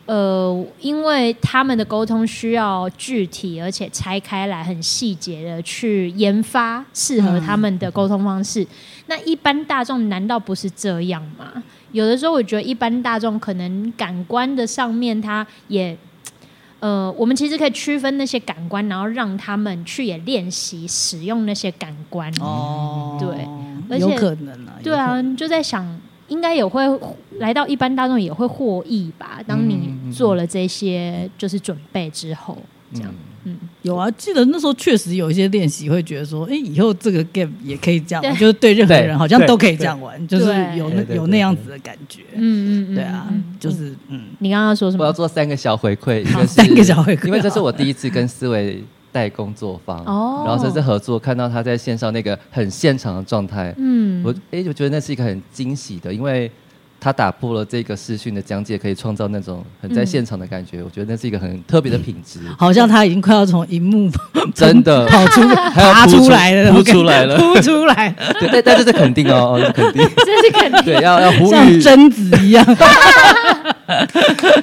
Speaker 3: 呃，因为他们的沟通需要具体，而且拆开来很细节的去研发适合他们的沟通方式。那一般大众难道不是这样吗？有的时候我觉得一般大众可能感官的上面，他也呃，我们其实可以区分那些感官，然后让他们去也练习使用那些感官。
Speaker 2: 哦
Speaker 3: 对
Speaker 2: 有
Speaker 3: 而且
Speaker 2: 可能啊，
Speaker 3: 对啊，就在想，应该也会来到一般大众也会获益吧。当
Speaker 1: 嗯嗯
Speaker 3: 你
Speaker 1: 嗯
Speaker 3: 做了这些就是准备之后，这样
Speaker 1: 嗯，
Speaker 3: 嗯，
Speaker 2: 有啊，记得那时候确实有一些练习会觉得说，哎、以后这个 game 也可以这样玩，
Speaker 3: 对
Speaker 2: 就是对任何
Speaker 1: 对
Speaker 2: 人好像
Speaker 1: 对
Speaker 2: 都可以这样玩，就是
Speaker 3: 对
Speaker 2: 有那
Speaker 1: 对对
Speaker 2: 有那样子的感觉。
Speaker 3: 嗯嗯嗯，
Speaker 2: 对啊
Speaker 3: 嗯嗯，
Speaker 2: 就、是嗯，
Speaker 3: 你刚刚说什
Speaker 1: 我要
Speaker 3: 么？
Speaker 1: 做三个小回馈，一
Speaker 2: 好
Speaker 1: 个是
Speaker 2: 三个小回馈哦
Speaker 1: 因为这是我第一次跟思维带工作坊，
Speaker 3: 哦
Speaker 1: 然后这次合作，看到他在线上那个很现场的状态，
Speaker 3: 嗯
Speaker 1: 我哎，我觉得那是一个很惊喜的，因为他打破了这个视讯的疆界，可以创造那种很
Speaker 2: 嗯
Speaker 1: 在现场的感觉。我觉得那是一个很特别的品质，
Speaker 2: 好像他已经快要从荧幕
Speaker 1: 真的
Speaker 2: 跑出
Speaker 1: 还有
Speaker 2: 爬
Speaker 1: 扑
Speaker 2: 出来了，
Speaker 1: 扑出来了。
Speaker 2: 扑出来了，
Speaker 1: 对，但但是这肯定哦，哦这肯 定，
Speaker 3: 这是 肯定
Speaker 1: 对，要要呼
Speaker 2: 像
Speaker 1: 吁。
Speaker 2: 贞子一样。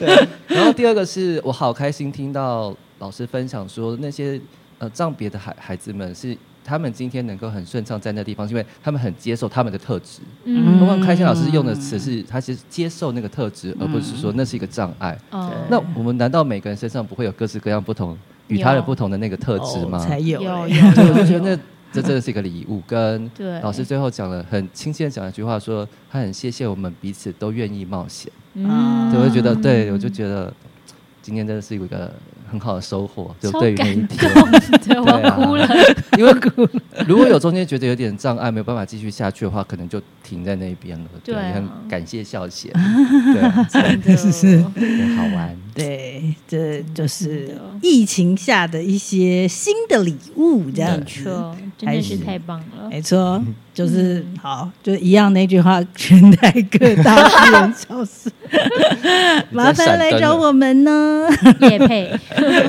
Speaker 1: 然后第二个是我好开心听到老师分享说，那些呃藏别的孩孩子们是他们今天能够很顺畅在那地方，是因为他们很接受他们的特质。
Speaker 3: 嗯
Speaker 1: 刚刚开心老师用的词是，他其实接受那个特质，而不是说那是一个障碍。
Speaker 3: 哦
Speaker 2: 嗯
Speaker 1: 那我们难道每个人身上不会有各式各样不同与他人不同的那个特质吗
Speaker 2: 哦？才有
Speaker 3: 有
Speaker 2: 欸，
Speaker 1: 对，我就觉
Speaker 3: 有
Speaker 1: 得那
Speaker 3: 有，
Speaker 1: 这真的是一个礼物。跟
Speaker 3: 对
Speaker 1: 老师最后讲了很亲切的讲了一句话说，他很谢谢我们彼此都愿意冒险。
Speaker 3: 嗯
Speaker 1: 对，我就觉得，对我就觉得今天真的是有一个很好的收获，就
Speaker 3: 超
Speaker 1: 对于那一
Speaker 3: 感
Speaker 1: 天，
Speaker 3: 动， 对我哭了，
Speaker 1: 因为如果有中间觉得有点障碍，没有办法继续下去的话，可能就停在那边了。
Speaker 3: 对啊
Speaker 1: 也很感谢笑 贤，对，
Speaker 3: 真 的
Speaker 2: 是是
Speaker 1: 很好玩。
Speaker 2: 对，这就是
Speaker 3: 真的
Speaker 2: 疫情下的一些新的礼物，这样
Speaker 3: 没
Speaker 2: 子。
Speaker 3: 错，真的是太棒了。
Speaker 2: 没错，就是、好，就一样那句话，全台各大私人超市，麻烦来找我们呢。
Speaker 3: 叶佩，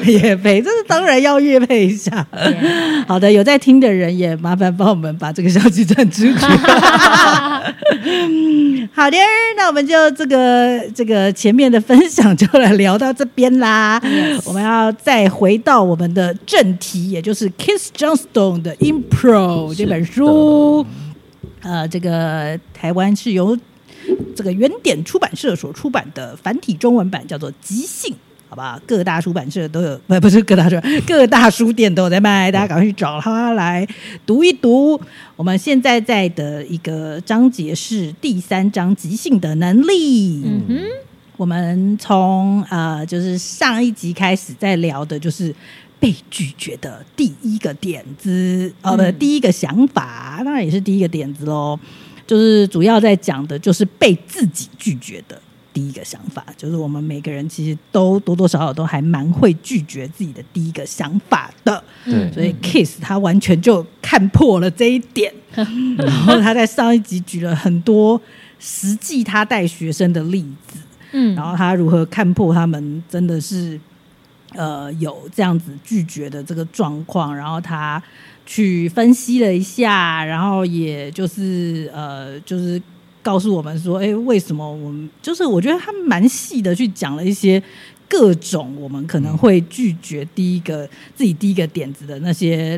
Speaker 2: 叶配，这是当然要叶配一下。 好的，有在听的人也麻烦帮我们把这个消息传出去。 好的，那我们就这个这个前面的分享就来聊到这边啦。我们要再回到我们的正题，也就是 Kiss Johnstone 的《Impro》这本书。呃，这个台湾是由这个原点出版社所出版的繁体中文版，叫做《即兴》。好吧，各大出版社都有， 不不是各大出版，各大书店都有在卖，大家赶快去找它来读一读。我们现在在的一个章节是第三章即兴的能力。
Speaker 3: 嗯哼，
Speaker 2: 我们从呃，就是上一集开始在聊的，就是被拒绝的第一个点子，呃，不、
Speaker 3: 嗯
Speaker 2: 第一个想法，当然也是第一个点子喽。就是主要在讲的就是被自己拒绝的第一个想法，就是我们每个人其实都多多少少都还蛮会拒绝自己的第一个想法的。
Speaker 1: 对
Speaker 2: 所以 Kiss 他完全就看破了这一点，然后他在上一集举了很多实际他带学生的例子，
Speaker 3: 嗯，
Speaker 2: 然后他如何看破他们真的是呃有这样子拒绝的这个状况，然后他去分析了一下，然后也就是呃就是告诉我们说，哎，为什么我们就是我觉得他蛮细的去讲了一些。各种我们可能会拒绝第一个、自己第一个点子的那些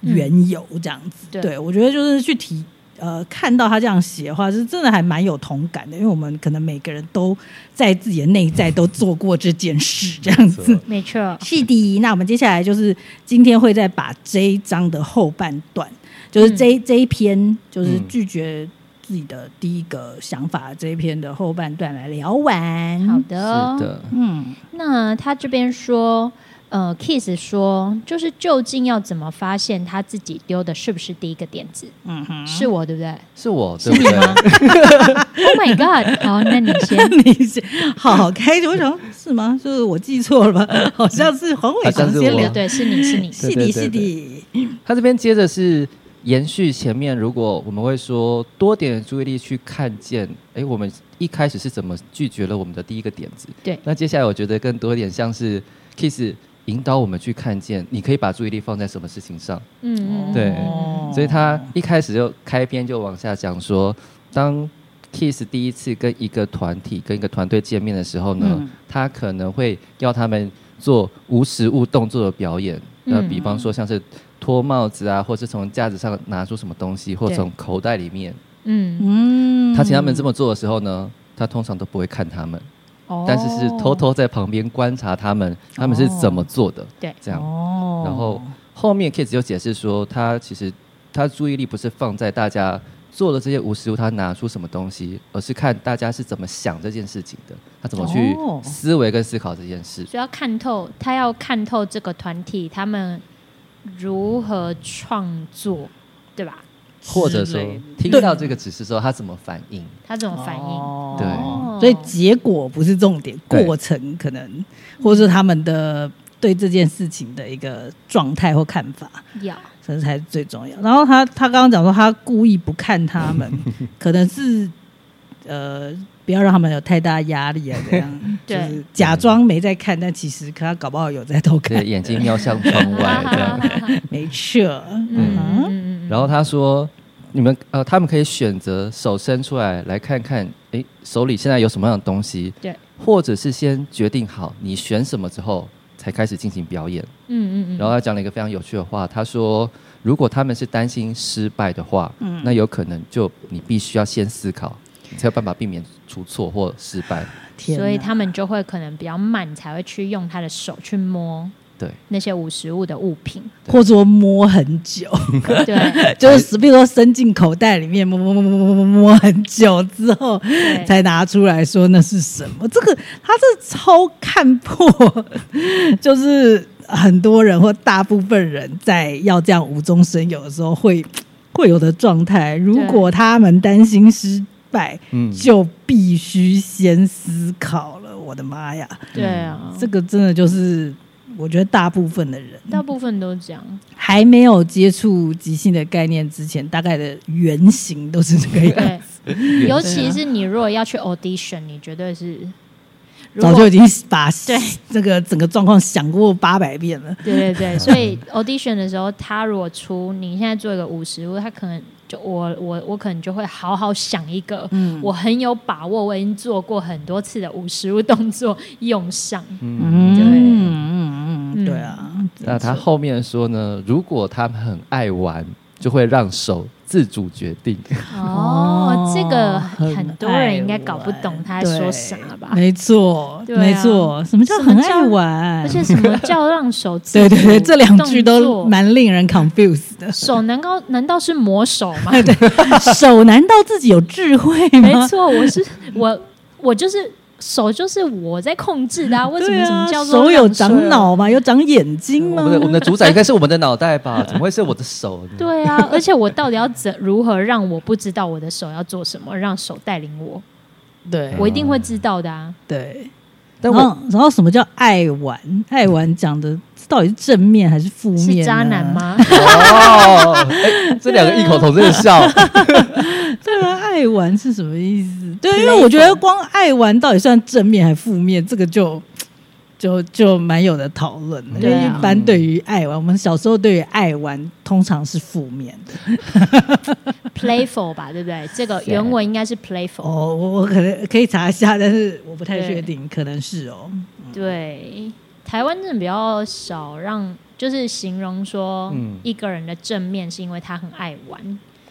Speaker 2: 缘由，这样子。
Speaker 3: 对
Speaker 2: 对我觉得就是去提呃，看到他这样写的话，是真的还蛮有同感的，因为我们可能每个人都在自己的内在都做过这件事， 这样子
Speaker 1: 没错。
Speaker 3: 没错，
Speaker 2: 是的，那我们接下来就是今天会再把这一章的后半段，就是这一、
Speaker 3: 嗯
Speaker 2: 这一篇，就是
Speaker 1: 嗯
Speaker 2: 拒绝自己的第一个想法这一篇的后半段来聊完。
Speaker 3: 好
Speaker 1: 是
Speaker 3: 的。
Speaker 1: 的，
Speaker 2: 嗯，
Speaker 3: 那他这边说，呃，Kiss 说，就是究竟要怎么发现他自己丢的是不是第一个点子？
Speaker 2: 嗯哼，
Speaker 3: 是我对不对
Speaker 1: 是我对不对？
Speaker 3: ？Oh my god！好，那你先，
Speaker 2: 你是 好开心，我想是吗？是我记错了吧？好像是黄伟
Speaker 1: 好像
Speaker 2: 翔
Speaker 1: 是
Speaker 2: 先
Speaker 1: 我
Speaker 2: 聊
Speaker 3: 对，对，是你是你，
Speaker 2: 是
Speaker 1: 对
Speaker 2: 的，
Speaker 1: 对
Speaker 2: 是
Speaker 1: 对
Speaker 2: 的，
Speaker 1: 他这边接着是延续前面，如果我们会说多点注意力去看见，哎，我们一开始是怎么拒绝了我们的第一个点子？
Speaker 3: 对
Speaker 1: 那接下来我觉得更多一点像是 Kiss 引导我们去看见，你可以把注意力放在什么事情上。
Speaker 3: 嗯嗯，
Speaker 1: 对
Speaker 2: 哦
Speaker 1: 所以他一开始就开篇就往下讲说，当 Kiss 第一次跟一个团体、跟一个团队见面的时候呢，
Speaker 2: 嗯
Speaker 1: 他可能会要他们做无实物动作的表演，那、
Speaker 3: 嗯
Speaker 1: 比方说像是脱帽子啊，或是从架子上拿出什么东西，或
Speaker 3: 对
Speaker 1: 从口袋里面。
Speaker 3: 嗯，
Speaker 2: 嗯
Speaker 1: 他请他们这么做的时候呢，他通常都不会看他们，
Speaker 3: 哦
Speaker 1: 但是是偷偷在旁边观察他们，他们是怎么做的，
Speaker 3: 对
Speaker 1: 这样。
Speaker 2: 哦
Speaker 1: 然后后面 Kids 就解释说，他其实他注意力不是放在大家做了这些无实物，他拿出什么东西，而是看大家是怎么想这件事情的，他怎么去
Speaker 2: 哦
Speaker 1: 思维跟思考这件事。
Speaker 3: 所以要看透，他要看透这个团体他们如何创作，对吧？
Speaker 1: 或者
Speaker 2: 之
Speaker 1: 说
Speaker 2: 类的，
Speaker 1: 听到这个指示之后，他怎么反 应？
Speaker 3: 他怎么反应？
Speaker 1: 对
Speaker 3: 哦
Speaker 2: 所以结果不是重点，
Speaker 1: 对
Speaker 2: 过程可能，或者是他们的对这件事情的一个状态或看法，
Speaker 3: 要
Speaker 2: 这才是最重要。然后他他刚刚讲说他故意不看他们，可能是呃，不要让他们有太大压力啊，这样就
Speaker 3: 对
Speaker 2: 是假装没在看，但其实可他搞不好有在偷看
Speaker 1: 对，，眼睛瞄向窗外这
Speaker 2: 啊
Speaker 1: 样。
Speaker 2: 没错。
Speaker 3: 嗯嗯
Speaker 1: 然后他说，你们呃，他们可以选择手伸出来来看看，诶，手里现在有什么样的东西？
Speaker 3: 对，
Speaker 1: 或者是先决定好你选什么之后，才开始进行表演。
Speaker 3: 嗯嗯嗯，
Speaker 1: 然后他讲了一个非常有趣的话，他说，如果他们是担心失败的话，
Speaker 2: 嗯
Speaker 1: 那有可能就你必须要先思考，你才有办法避免出错或失败。
Speaker 2: 天哪，
Speaker 3: 所以他们就会可能比较慢，才会去用他的手去摸
Speaker 1: 对，
Speaker 3: 那些无实物的物 品。
Speaker 2: 或者说摸很久，
Speaker 3: 对，
Speaker 2: 就是死比如说伸进口袋里面摸摸摸摸摸摸摸很久之后，
Speaker 3: 对
Speaker 2: 才拿出来说那是什么。这个他这超看破，就是很多人或大部分人在要这样无中生有的时候会会有的状态。如果他们担心失败，
Speaker 1: 嗯，
Speaker 2: 就必须先思考了。我的妈呀，
Speaker 3: 对啊，
Speaker 2: 这个真的就是我觉得大部分的人
Speaker 3: 大部分都 这样。
Speaker 2: 还没有接触即兴的概念之前，大概的原型都是这个样子，
Speaker 3: 对，尤其是你如果要去 audition，你绝对是如
Speaker 2: 早
Speaker 3: 果
Speaker 2: 就已经把
Speaker 3: 对
Speaker 2: 这个整个状况想过八百遍了。
Speaker 3: 对 对对，所以 audition 的时候，他如果出你现在做一个五十，他可能就我我我可能就会好好想一个，
Speaker 2: 嗯
Speaker 3: 我很有把握，我已经做过很多次的五十五动作用上，
Speaker 2: 嗯
Speaker 3: 对
Speaker 2: 嗯嗯，
Speaker 3: 嗯
Speaker 2: 对啊，
Speaker 1: 那他后面说呢，如果他们很爱玩，就会让手自主决定。
Speaker 3: 嗯哦，这个
Speaker 2: 很
Speaker 3: 很多人应该
Speaker 2: 爱玩
Speaker 3: 搞不懂他在说啥吧？
Speaker 2: 没错，
Speaker 3: 对啊
Speaker 2: 没错，什么叫很
Speaker 3: 什么
Speaker 2: 爱
Speaker 3: 叫
Speaker 2: 玩？
Speaker 3: 而且什么叫让手自
Speaker 2: 对
Speaker 3: 主
Speaker 2: 对对，这两句
Speaker 3: 动
Speaker 2: 都
Speaker 3: 作
Speaker 2: 蛮令人 confused 的。
Speaker 3: 手难道难道是磨手 吗？
Speaker 2: 手难道自己有智慧
Speaker 3: 没
Speaker 2: 吗？
Speaker 3: 错，我是我我就是手就是我在控制的、啊，为什
Speaker 2: 对
Speaker 3: 么
Speaker 2: 啊
Speaker 3: 什么叫做
Speaker 2: 手有
Speaker 3: 让
Speaker 2: 长？脑吗？有长眼睛
Speaker 1: 我
Speaker 2: 吗？
Speaker 1: 们的我们的主宰应该是我们的脑袋吧？怎么会是我的手呢？
Speaker 3: 对啊，而且我到底要怎如何让我不知道我的手要做什么，让手带领我，
Speaker 2: 对
Speaker 3: 我一定会知道的啊。
Speaker 2: 对。
Speaker 1: 但
Speaker 2: 然
Speaker 1: 我
Speaker 2: 后，然后什么叫爱玩？爱玩讲的到底是正面还是负面、
Speaker 3: 是渣男？ 吗？
Speaker 1: 哦，哎这两个异口同声的笑，
Speaker 2: 对啊，爱玩是什么意思？对，因为我觉得光爱玩到底算正面还负面，这个就就就蛮有的讨论的。因
Speaker 3: 对啊
Speaker 2: 为一般对于爱玩，我们小时候对于爱玩通常是负面的。
Speaker 3: playful 吧，对不对？这个
Speaker 1: 是
Speaker 3: 原文应该是 playful，
Speaker 2: 哦，我我可能可以查一下，但是我不太确
Speaker 3: 嗯
Speaker 2: 定，可能是哦。
Speaker 1: 嗯
Speaker 3: 对。台湾真的比较少让，就是形容说
Speaker 1: 嗯
Speaker 3: 一个人的正面是因为他很爱玩，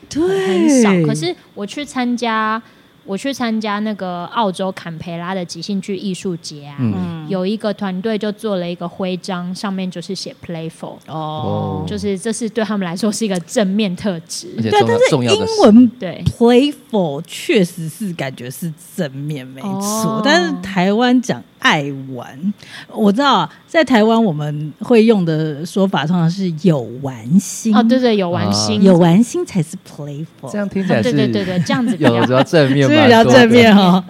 Speaker 2: 对，
Speaker 3: 很少。可是我去参加，我去参加那个澳洲坎培拉的即兴剧艺术节啊，
Speaker 1: 嗯，
Speaker 2: 嗯
Speaker 3: 有一个团队就做了一个徽章，上面就是写 playful，
Speaker 2: 哦
Speaker 1: 哦，嗯
Speaker 3: 就是这是对他们来说是一个正面特质
Speaker 1: 而。且
Speaker 2: 对啊，
Speaker 1: 重要重要的
Speaker 2: 但是英
Speaker 1: 是
Speaker 2: 文
Speaker 3: 对
Speaker 2: playful 确实是感觉是正面没错，
Speaker 3: 哦
Speaker 2: 但是台湾讲爱玩，我知道啊在台湾我们会用的说法通常是有玩心
Speaker 3: 哦，对对，有玩心，
Speaker 2: 有玩心才是 playful，
Speaker 1: 啊这样听起来
Speaker 3: 对
Speaker 1: 是
Speaker 3: 对对对，这样子 比
Speaker 1: 有
Speaker 3: 较
Speaker 1: 比，较正面
Speaker 2: 是
Speaker 1: 吧，
Speaker 2: 不是比较正面哦。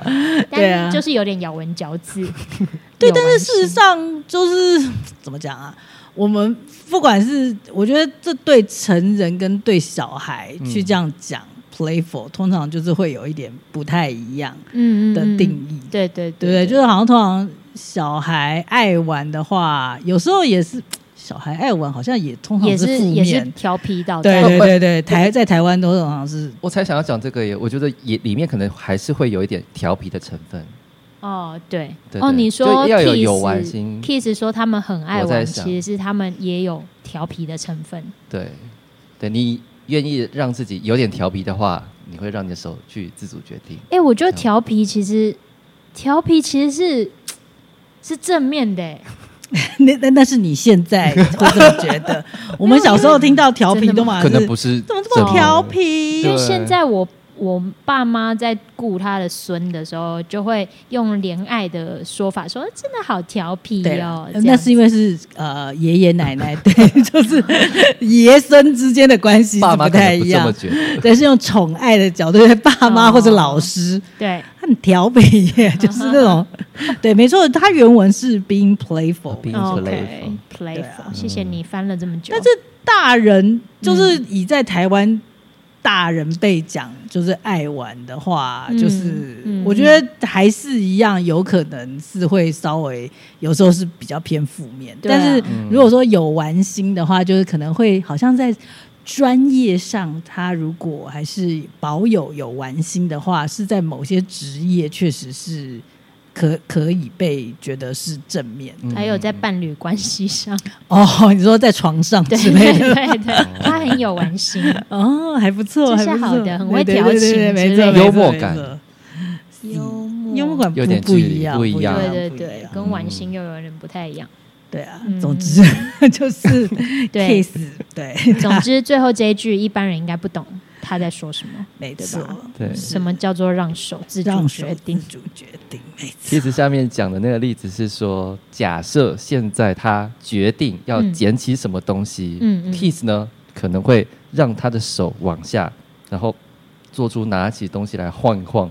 Speaker 2: 对啊
Speaker 3: 但就是有点咬文嚼 字。
Speaker 2: 对，
Speaker 3: 有玩
Speaker 2: 但是 事实
Speaker 3: 心
Speaker 2: 上就是怎么讲啊？我们不管是我觉得这对成人跟对小孩去
Speaker 1: 嗯
Speaker 2: 这样讲、playful，通常就是会有一点不太一样
Speaker 3: 嗯嗯
Speaker 2: 的
Speaker 3: 嗯
Speaker 2: 定义。
Speaker 3: 对对
Speaker 2: 对不
Speaker 3: 对
Speaker 2: 对？就是好像通常小孩爱玩的话，有时候也是小孩爱玩，好像也通常
Speaker 3: 也
Speaker 2: 是
Speaker 3: 是
Speaker 2: 负
Speaker 3: 也是
Speaker 2: 面。
Speaker 3: 调皮到
Speaker 2: 对
Speaker 3: 这样
Speaker 2: 对 对对，台在台湾都好像是
Speaker 1: 我才想要讲这个耶，我觉得也里面可能还是会有一点调皮的成分。
Speaker 3: 哦，对
Speaker 1: 对
Speaker 3: 哦，
Speaker 1: 对
Speaker 3: 你说
Speaker 1: 就要有
Speaker 3: Kiss-
Speaker 1: 有玩心
Speaker 3: Kiss 说他们很爱
Speaker 1: 我在
Speaker 3: 玩，
Speaker 1: 想
Speaker 3: 其实是他们也有调皮的成分。
Speaker 1: 对，对你愿意让自己有点调皮的话，你会让你的手去自主决定。
Speaker 3: 哎、我觉得调皮其实调皮其实是是正面的、欸，
Speaker 2: 那那那是你现在 会这么觉得。我们小时候听到调皮
Speaker 3: 真的
Speaker 2: 都
Speaker 3: 吗
Speaker 2: 嘛
Speaker 1: 可
Speaker 2: 啊是
Speaker 1: 能不是
Speaker 2: 怎么这
Speaker 1: 正
Speaker 2: 么
Speaker 1: 面
Speaker 2: 调
Speaker 1: 对
Speaker 2: 皮
Speaker 3: 因为现在我我爸妈在顾他的孙的时候，就会用怜爱的说法说，真的好调皮
Speaker 2: 对
Speaker 3: 哦
Speaker 2: 啦，，
Speaker 3: 这
Speaker 2: 那
Speaker 3: 样
Speaker 2: 是因为是呃爷爷奶奶 对，就是爷孙之间的关系是
Speaker 1: 爸妈
Speaker 2: 不
Speaker 1: 可
Speaker 2: 太
Speaker 1: 能不
Speaker 2: 一
Speaker 1: 这么
Speaker 2: 样，
Speaker 1: 觉得。
Speaker 2: 对，是用宠爱的角度，对爸妈或者
Speaker 3: 哦
Speaker 2: 老师，
Speaker 3: 对
Speaker 2: 他很调皮耶， 就是那种，对，没错，他原文是 being playful，
Speaker 1: being- 嗯
Speaker 3: 哦
Speaker 1: 啊
Speaker 3: OK
Speaker 2: playful
Speaker 3: playful，
Speaker 2: 对啊
Speaker 3: 谢谢你翻了这么久，
Speaker 2: 但是大人就是以在台湾大人辈讲就是爱玩的话，
Speaker 3: 嗯
Speaker 2: 就是、
Speaker 3: 嗯
Speaker 2: 我觉得还是一样，有可能是会稍微有时候是比较偏负面。
Speaker 3: 对啊
Speaker 2: 但是
Speaker 1: 嗯
Speaker 2: 如果说有玩心的话，就是可能会好像在专业上，他如果还是保有有玩心的话，是在某些职业确实是可可以被觉得是正面的。
Speaker 1: 嗯
Speaker 3: 还有在伴侣关系上，
Speaker 2: 哦，你说在床上
Speaker 3: 对
Speaker 2: 之类
Speaker 3: 对
Speaker 2: 的。
Speaker 3: 对对，他很有玩心，
Speaker 2: 哦，还不错，
Speaker 3: 这
Speaker 2: 还
Speaker 3: 是
Speaker 2: 不错
Speaker 3: 好的很会
Speaker 2: 对
Speaker 3: 调
Speaker 2: 对对对
Speaker 3: 情
Speaker 2: 没
Speaker 3: 之
Speaker 2: 错
Speaker 3: 类
Speaker 2: 没
Speaker 3: 的
Speaker 2: 错
Speaker 1: 幽默
Speaker 2: 没
Speaker 1: 感
Speaker 2: 错
Speaker 3: 幽默
Speaker 2: 幽默感不
Speaker 1: 有点
Speaker 2: 不
Speaker 1: 距
Speaker 2: 一
Speaker 1: 离
Speaker 2: 样，
Speaker 1: 不一样
Speaker 2: 不
Speaker 3: 对对
Speaker 2: 不一
Speaker 3: 对
Speaker 2: 样，
Speaker 3: 跟玩心又有点不太一样。
Speaker 2: 对啊
Speaker 3: 嗯。
Speaker 2: 总之 就是
Speaker 3: 对
Speaker 2: kiss，对，
Speaker 3: 总之，最后这一句一般人应该不懂他在说什么，
Speaker 2: 没
Speaker 3: 对
Speaker 2: 错
Speaker 3: 吧，
Speaker 1: 对，
Speaker 3: 什么叫做让手自主
Speaker 2: 让手
Speaker 3: 决定
Speaker 2: 自。主决定，没
Speaker 1: 其
Speaker 2: 错。
Speaker 1: 实下面讲的那个例子是说，假设现在他决定要捡起什么东西，
Speaker 3: 嗯嗯嗯
Speaker 1: kiss 呢可能会让他的手往下，然后做出拿起东西来晃一晃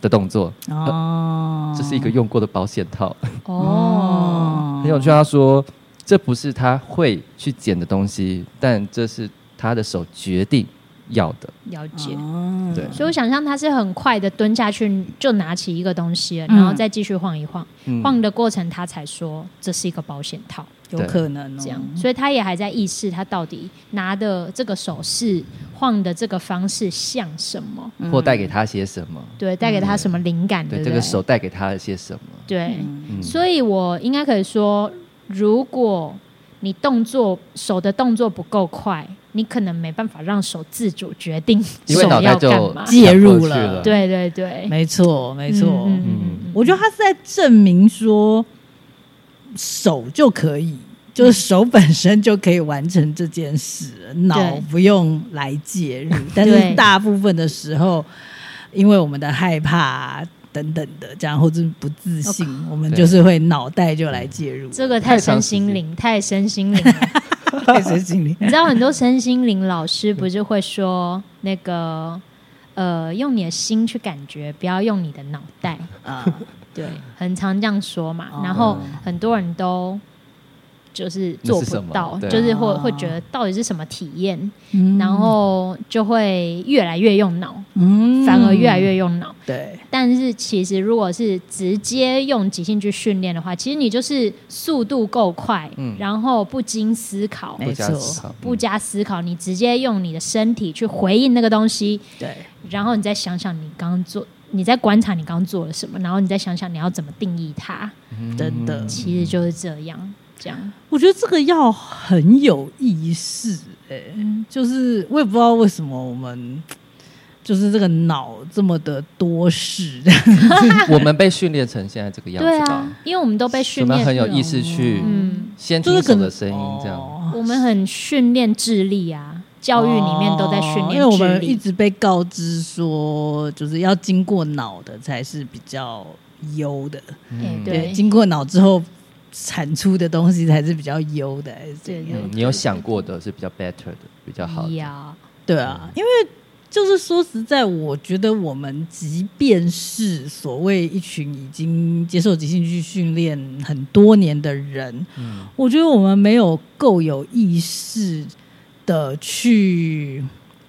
Speaker 1: 的动作，
Speaker 2: 哦
Speaker 1: 这是一个用过的保险套。
Speaker 3: 哦，
Speaker 1: 很有趣，他说这不是他会去捡的东西，但这是他的手决定要的。
Speaker 3: 了解。
Speaker 2: 哦
Speaker 1: 对
Speaker 3: 所以我想象他是很快的蹲下去就拿起一个东西了，
Speaker 2: 嗯
Speaker 3: 然后再继续晃一晃，
Speaker 1: 嗯
Speaker 3: 晃的过程他才说这是一个保险套，
Speaker 2: 有可能哦
Speaker 3: 这样，所以他也还在意识他到底拿的这个手势晃的这个方式像什么，
Speaker 2: 嗯
Speaker 1: 嗯或带给他些什么，
Speaker 3: 对，带给他什么灵感，
Speaker 1: 嗯对
Speaker 3: 不
Speaker 1: 这个手带给他了些什么。
Speaker 3: 对，
Speaker 2: 嗯
Speaker 1: 嗯
Speaker 3: 所以我应该可以说，如果你动作手的动作不够快，你可能没办法让手自主决定
Speaker 1: 因为
Speaker 3: 手
Speaker 1: 脑袋
Speaker 3: 要
Speaker 1: 就
Speaker 3: 干嘛。
Speaker 2: 介入
Speaker 1: 抢过去了
Speaker 3: 对对对，
Speaker 2: 没错没错。
Speaker 3: 嗯
Speaker 1: 嗯
Speaker 2: 我觉得他是在证明说，手就可以，就是手本身就可以完成这件事，脑不用来介 入。但是大部分的时候，因为我们的害怕等等的，这样或者不自信，我们就是会脑袋就来介入，
Speaker 3: 这个太身心灵，太身心灵了。
Speaker 2: 太神经 理
Speaker 3: 你知道很多身心灵老师不是会说那个呃，用你的心去感觉，不要用你的脑袋。
Speaker 2: 啊，
Speaker 3: 对，很常这样说嘛。
Speaker 2: 哦
Speaker 3: 然后很多人都就是做不
Speaker 1: 那是
Speaker 3: 到，
Speaker 1: 什么对
Speaker 3: 就是会
Speaker 2: 哦
Speaker 3: 会觉得到底是什么体验，然后就会越来越用脑，
Speaker 2: 嗯
Speaker 3: 反而越来越用脑。
Speaker 2: 对，
Speaker 3: 但是其实如果是直接用即兴去训练的话，其实你就是速度够快，
Speaker 1: 嗯
Speaker 3: 然后不经思考。
Speaker 2: 没
Speaker 1: 不加
Speaker 2: 错
Speaker 1: 思考，
Speaker 3: 不加思考，你直接用你的身体去回应那个东西，
Speaker 2: 对，
Speaker 3: 然后你再想想你刚刚做，你再观察你刚刚做了什么，然后你再想想你要怎么定义它。
Speaker 1: 嗯
Speaker 2: 真的
Speaker 3: 其实就是这样，这样
Speaker 2: 我觉得这个要很有意识、欸，
Speaker 3: 嗯
Speaker 2: 就是我也不知道为什么我们就是这个脑这么的多事，
Speaker 1: 我们被训练成现在这个样
Speaker 3: 对
Speaker 1: 子吧
Speaker 3: 啊，，因为我们都被
Speaker 1: 我
Speaker 3: 训
Speaker 1: 们
Speaker 3: 练，
Speaker 1: 很有意识去
Speaker 3: 嗯，
Speaker 1: 先
Speaker 2: 就
Speaker 1: 听
Speaker 2: 是可
Speaker 1: 手
Speaker 2: 能
Speaker 1: 的声音这样。
Speaker 2: 哦
Speaker 3: 我们很训练智力啊，教育里面都在训
Speaker 2: 哦
Speaker 3: 练智力，
Speaker 2: 因为我们一直被告知说，就是要经过脑的才是比较优的，
Speaker 1: 嗯
Speaker 3: 对
Speaker 2: 经过脑之后产出的东西才是比较优的，还是怎样
Speaker 3: 对对
Speaker 1: 嗯你有想过的是比较 better 的，比较好的。
Speaker 3: 呀，
Speaker 2: 对啊，因为就是说实在，我觉得我们即便是所谓一群已经接受即兴剧训练很多年的人，
Speaker 1: 嗯
Speaker 2: 我觉得我们没有够有意识的去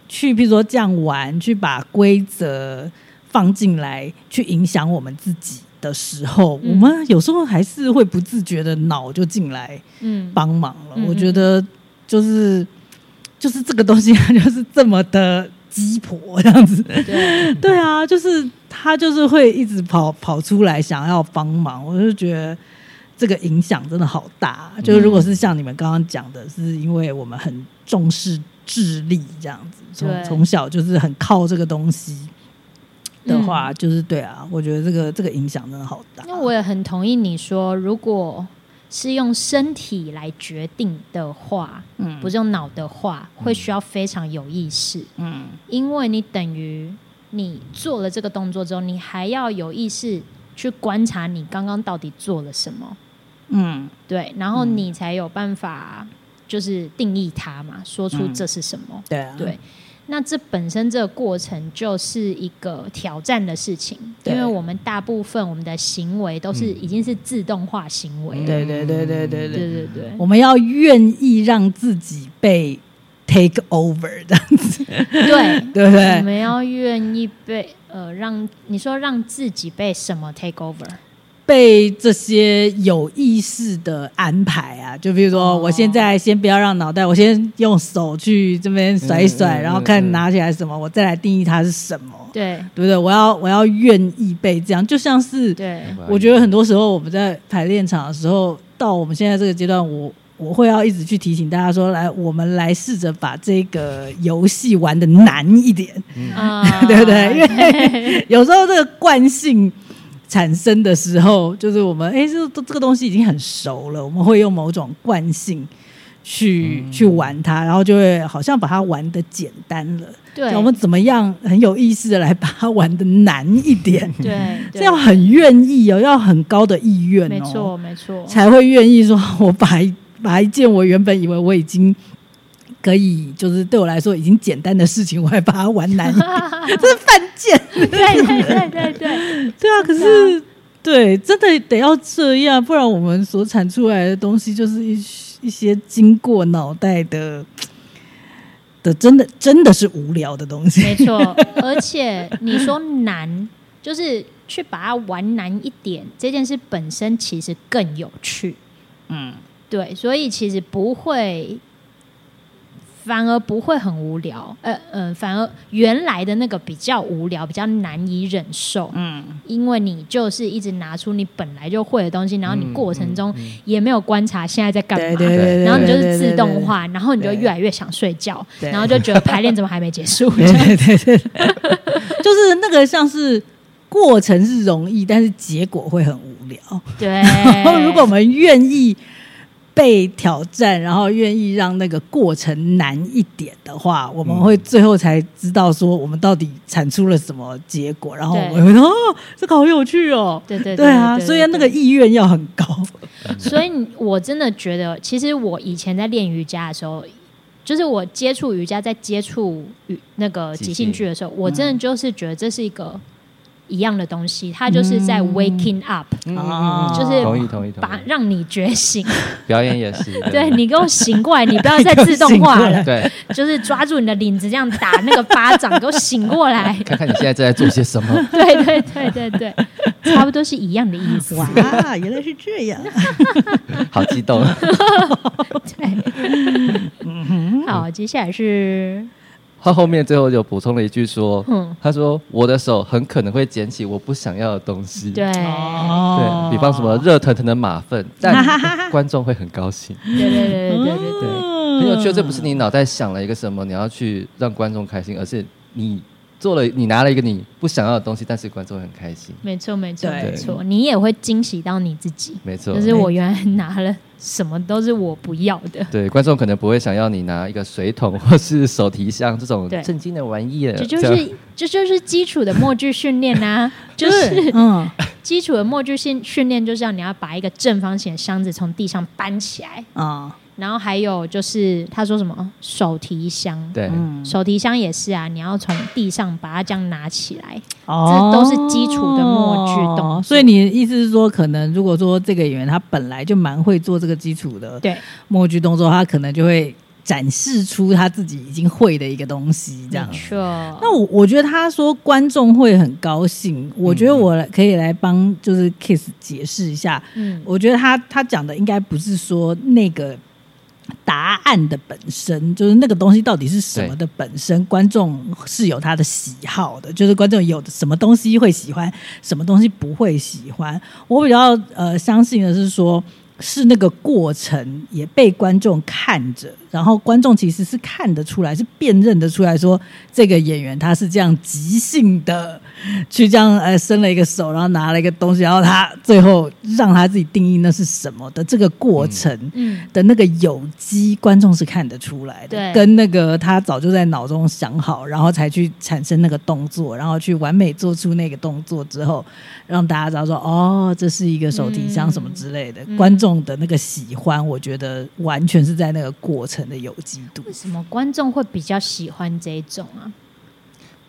Speaker 2: 去，譬如说这样玩，去把规则放进来，去影响我们自己。的时候，
Speaker 3: 嗯
Speaker 2: 我们有时候还是会不自觉的脑就进来，
Speaker 3: 嗯，
Speaker 2: 帮忙了。
Speaker 3: 嗯
Speaker 2: 我觉得就是就是这个东西， 它就是这么的鸡婆这样子。
Speaker 3: 嗯对，
Speaker 2: 对啊，就是他就是会一直跑跑出来想要帮忙，我就觉得。这个影响真的好大，啊就是如
Speaker 3: 嗯
Speaker 2: 果是像你们刚刚讲的，是因为我们很重视智力这样子，
Speaker 3: 对
Speaker 2: 从从小就是很靠这个东西的话，就是对啊，我觉得这个这个影响真的好大。
Speaker 3: 那嗯我也很同意你说，如果是用身体来决定的话，
Speaker 2: 嗯
Speaker 3: 不是用脑的话，会需要非常有意识，
Speaker 2: 嗯
Speaker 3: 因为你等于你做了这个动作之后，你还要有意识去观察你刚刚到底做了什么，
Speaker 2: 嗯
Speaker 3: 对，然后你才有办法就是定义它嘛，说出这是什么。
Speaker 2: 对啊
Speaker 3: 对，那这本身这个过程就是一个挑战的事情，
Speaker 2: 对
Speaker 3: 因为我们大部分我们的行为都是已经是自动化行为了。
Speaker 1: 嗯
Speaker 2: 嗯对对对对对对哦
Speaker 3: 对对对
Speaker 2: 我们要愿意让自己被 take over 的，
Speaker 3: 对，
Speaker 2: 对不
Speaker 3: 你
Speaker 2: 对？
Speaker 3: 们要愿意被呃让你说让自己被什么 take over？
Speaker 2: 被这些有意识的安排啊，就比如说，
Speaker 3: 哦
Speaker 2: 我现在先不要让脑袋，我先用手去这边甩一
Speaker 1: 嗯
Speaker 2: 甩，
Speaker 1: 嗯嗯
Speaker 2: 然后看拿起来什么，我再来定义它是什么，
Speaker 3: 对
Speaker 2: 对不对？我要我要愿意被这样，就像是
Speaker 3: 对，
Speaker 2: 我觉得很多时候我们在排练场的时候，到我们现在这个阶段，我我会要一直去提醒大家说，来，我们来试着把这个游戏玩的难一点，
Speaker 3: 啊
Speaker 2: 嗯 对不对？因为 有时候这个惯性产生的时候，就是我们哎，这这这个东西已经很熟了，我们会用某种惯性去、
Speaker 3: 嗯
Speaker 2: 去玩它，然后就会好像把它玩的简单了。
Speaker 3: 对，
Speaker 2: 我们怎么样很有意识的来把它玩的难一点？
Speaker 3: 对
Speaker 2: 这要很愿意哦，要很高的意愿
Speaker 3: 对没
Speaker 2: 哦，
Speaker 3: 错 没错，
Speaker 2: 才会愿意说，我把一把一件我原本以为我已经可以，就是对我来说已经简单的事情，我还把它玩难一 点，这是犯贱。
Speaker 3: 对
Speaker 2: 哦
Speaker 3: 对对对对，
Speaker 2: 对啊，可是对，啊真的得要这样，不然我们所产出来的东西就是一一些经过脑袋的的，真的真的是无聊的东西。
Speaker 3: 没错。而且你说难， 就是去把它玩难一点，这件事本身其实更有趣。
Speaker 2: 嗯，
Speaker 3: 对，所以其实不会，反而不会很无聊。呃呃，反而原来的那个比较无聊，比较难以忍受。
Speaker 2: 嗯，
Speaker 3: 因为你就是一直拿出你本来就会的东西，然后你
Speaker 1: 嗯
Speaker 3: 过程中
Speaker 1: 嗯嗯
Speaker 3: 也没有观察现在在干嘛，
Speaker 2: 对对对对，
Speaker 3: 然后你就
Speaker 2: 对
Speaker 3: 是自动，化，然后你就
Speaker 2: 对
Speaker 3: 越来越想睡觉，
Speaker 2: 对
Speaker 3: 然后就觉得排练怎么还没 结束？
Speaker 2: 对对对对对，对就是那个像是过程是容易，但是结果会很无聊。
Speaker 3: 对
Speaker 2: 然后，如果我们愿意被挑战，然后愿意让那个过程难一点的话，我们会最后才知道说我们到底产出了什么结果。然后
Speaker 3: 对
Speaker 2: 我们会说哦，这个好有趣哦。
Speaker 3: 对对
Speaker 2: 对啊，所以那个
Speaker 3: 对
Speaker 2: 意愿要很高。
Speaker 3: 所以你我真的觉得，其实我以前在练瑜伽的时候，就是我接触瑜伽，在接触瑜那个
Speaker 1: 即
Speaker 3: 即兴剧的时候，我真的就是觉得这是一个一样的东西，它就是在
Speaker 2: 嗯
Speaker 3: waking up，、
Speaker 1: 嗯嗯
Speaker 2: 哦
Speaker 3: 就是
Speaker 1: 同意同意同
Speaker 3: 把
Speaker 1: 意，
Speaker 3: 让你觉醒。
Speaker 1: 表演 也是，
Speaker 3: 对你给我醒过来，你不要再自动化 了，
Speaker 1: 对，
Speaker 3: 就是抓住你的领子这样打那个巴掌，给我醒过来。
Speaker 1: 看看你现在正在做些 什么。
Speaker 3: 对对对对对，差不多是一样的意思。
Speaker 2: 哇，原来是这样。
Speaker 1: 好激动，
Speaker 3: 好，接下来是
Speaker 1: 他后面最后有补充了一句说
Speaker 3: 嗯，
Speaker 1: 他说我的手很可能会捡起我不想要的东西，
Speaker 3: 对
Speaker 1: 对比方什么热腾腾的马 粪，但观众会很高兴，
Speaker 3: 对对对对对对
Speaker 1: 对，
Speaker 2: 哦
Speaker 3: 嗯
Speaker 1: 很有趣。这不是你脑袋想了一个什么，你要去让观众开心，而是你做了，你拿了一个你不想要的东西，但是观众会很开心，
Speaker 3: 没错，没错，
Speaker 2: 对
Speaker 3: 没错，你也会惊喜到你自己。
Speaker 1: 没错
Speaker 3: 就。是我原来拿了什么都是我不要的，
Speaker 1: 对，观众可能不会想要你拿一个水桶或是手提箱这种
Speaker 3: 对
Speaker 1: 震惊的玩意儿，
Speaker 3: 这就
Speaker 1: 这样
Speaker 3: 是这就是基础的默剧训练呐、就是
Speaker 2: 嗯，
Speaker 3: 基础的默剧训训练，就是要你要把一个正方形的箱子从地上搬起来，
Speaker 2: 啊，
Speaker 3: 然后还有就是他说什么手提箱，
Speaker 1: 对，
Speaker 2: 嗯，
Speaker 3: 手提箱也是啊，你要从地上把它这样拿起来，
Speaker 2: 哦
Speaker 3: 这都是基础的默剧动作
Speaker 2: 所以你的意思是说，可能如果说这个演员他本来就蛮会做这个基础的
Speaker 3: 对，
Speaker 2: 默剧动作，他可能就会展示出他自己已经会的一个东西，这样
Speaker 3: 没。错，
Speaker 2: 那我我觉得他说观众会很高兴，我觉得我来可以来帮就是 Kiss 解释一下。
Speaker 3: 嗯，
Speaker 2: 我觉得他他讲的应该不是说那个答案的本身，就是那个东西到底是什么的本身，观众是有他的喜好的，就是观众有什么东西会喜欢，什么东西不会喜欢。我比较呃相信的是说。是那个过程也被观众看着，然后观众其实是看得出来，是辨认得出来说这个演员他是这样即兴的去这样呃伸了一个手，然后拿了一个东西，然后他最后让他自己定义那是什么的这个过程。
Speaker 3: 嗯，
Speaker 2: 的那个有机，观众是看得出来的，
Speaker 3: 对
Speaker 2: 跟那个他早就在脑中想好，然后才去产生那个动作，然后去完美做出那个动作之后，让大家知道说，哦，这是一个手提箱
Speaker 3: 嗯
Speaker 2: 什么之类的。
Speaker 3: 嗯
Speaker 2: 观众的那个喜欢，我觉得完全是在那个过程的有机度，
Speaker 3: 为什么观众会比较喜欢这一种啊？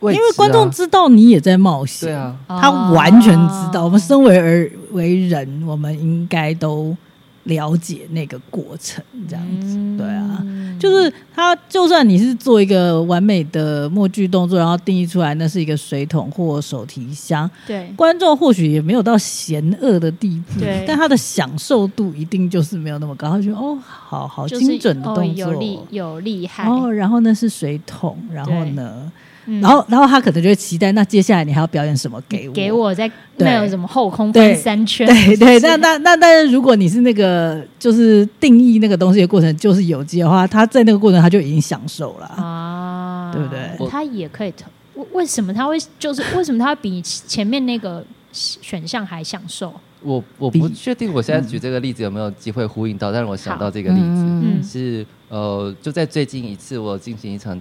Speaker 1: 因
Speaker 2: 因为观众知啊道你也在冒险，
Speaker 1: 啊对啊，
Speaker 3: 哦
Speaker 2: 他完全知道。我们身为而为人，我们应该都了解那个过程，这样子，
Speaker 3: 嗯
Speaker 2: 对啊，就是他就算你是做一个完美的默剧动作，然后定义出来那是一个水桶或手提箱，
Speaker 3: 对
Speaker 2: 观众或许也没有到嫌恶的地步
Speaker 3: 对，
Speaker 2: 但他的享受度一定就是没有那么高，他觉得哦，好好
Speaker 3: 就是
Speaker 2: 精准的
Speaker 3: 哦
Speaker 2: 动作。
Speaker 3: 有厉有厉害，
Speaker 2: 哦，然后呢是水桶，然后呢，
Speaker 3: 嗯
Speaker 2: 然后然后他可能就会期待，那接下来你还要表演什么给我？
Speaker 3: 给我在
Speaker 2: 对
Speaker 3: 那有什么后空翻
Speaker 2: 对
Speaker 3: 三圈，
Speaker 2: 对对，
Speaker 3: 是
Speaker 2: 那那那但是如果你是那个就是定义那个东西的过程就是有机的话，他在那个过程他就已经享受了啊。
Speaker 3: 啊，
Speaker 2: 对不对
Speaker 1: 我
Speaker 3: 他也可以投，为为什么他会就是为什么他会比前面那个选项还享受？
Speaker 1: 我我
Speaker 2: 比
Speaker 1: 不确定我现在举这个例子有没有机会呼应到，但是我想到这个例子
Speaker 2: 嗯
Speaker 3: 嗯
Speaker 1: 是呃，就在最近一次我进行一场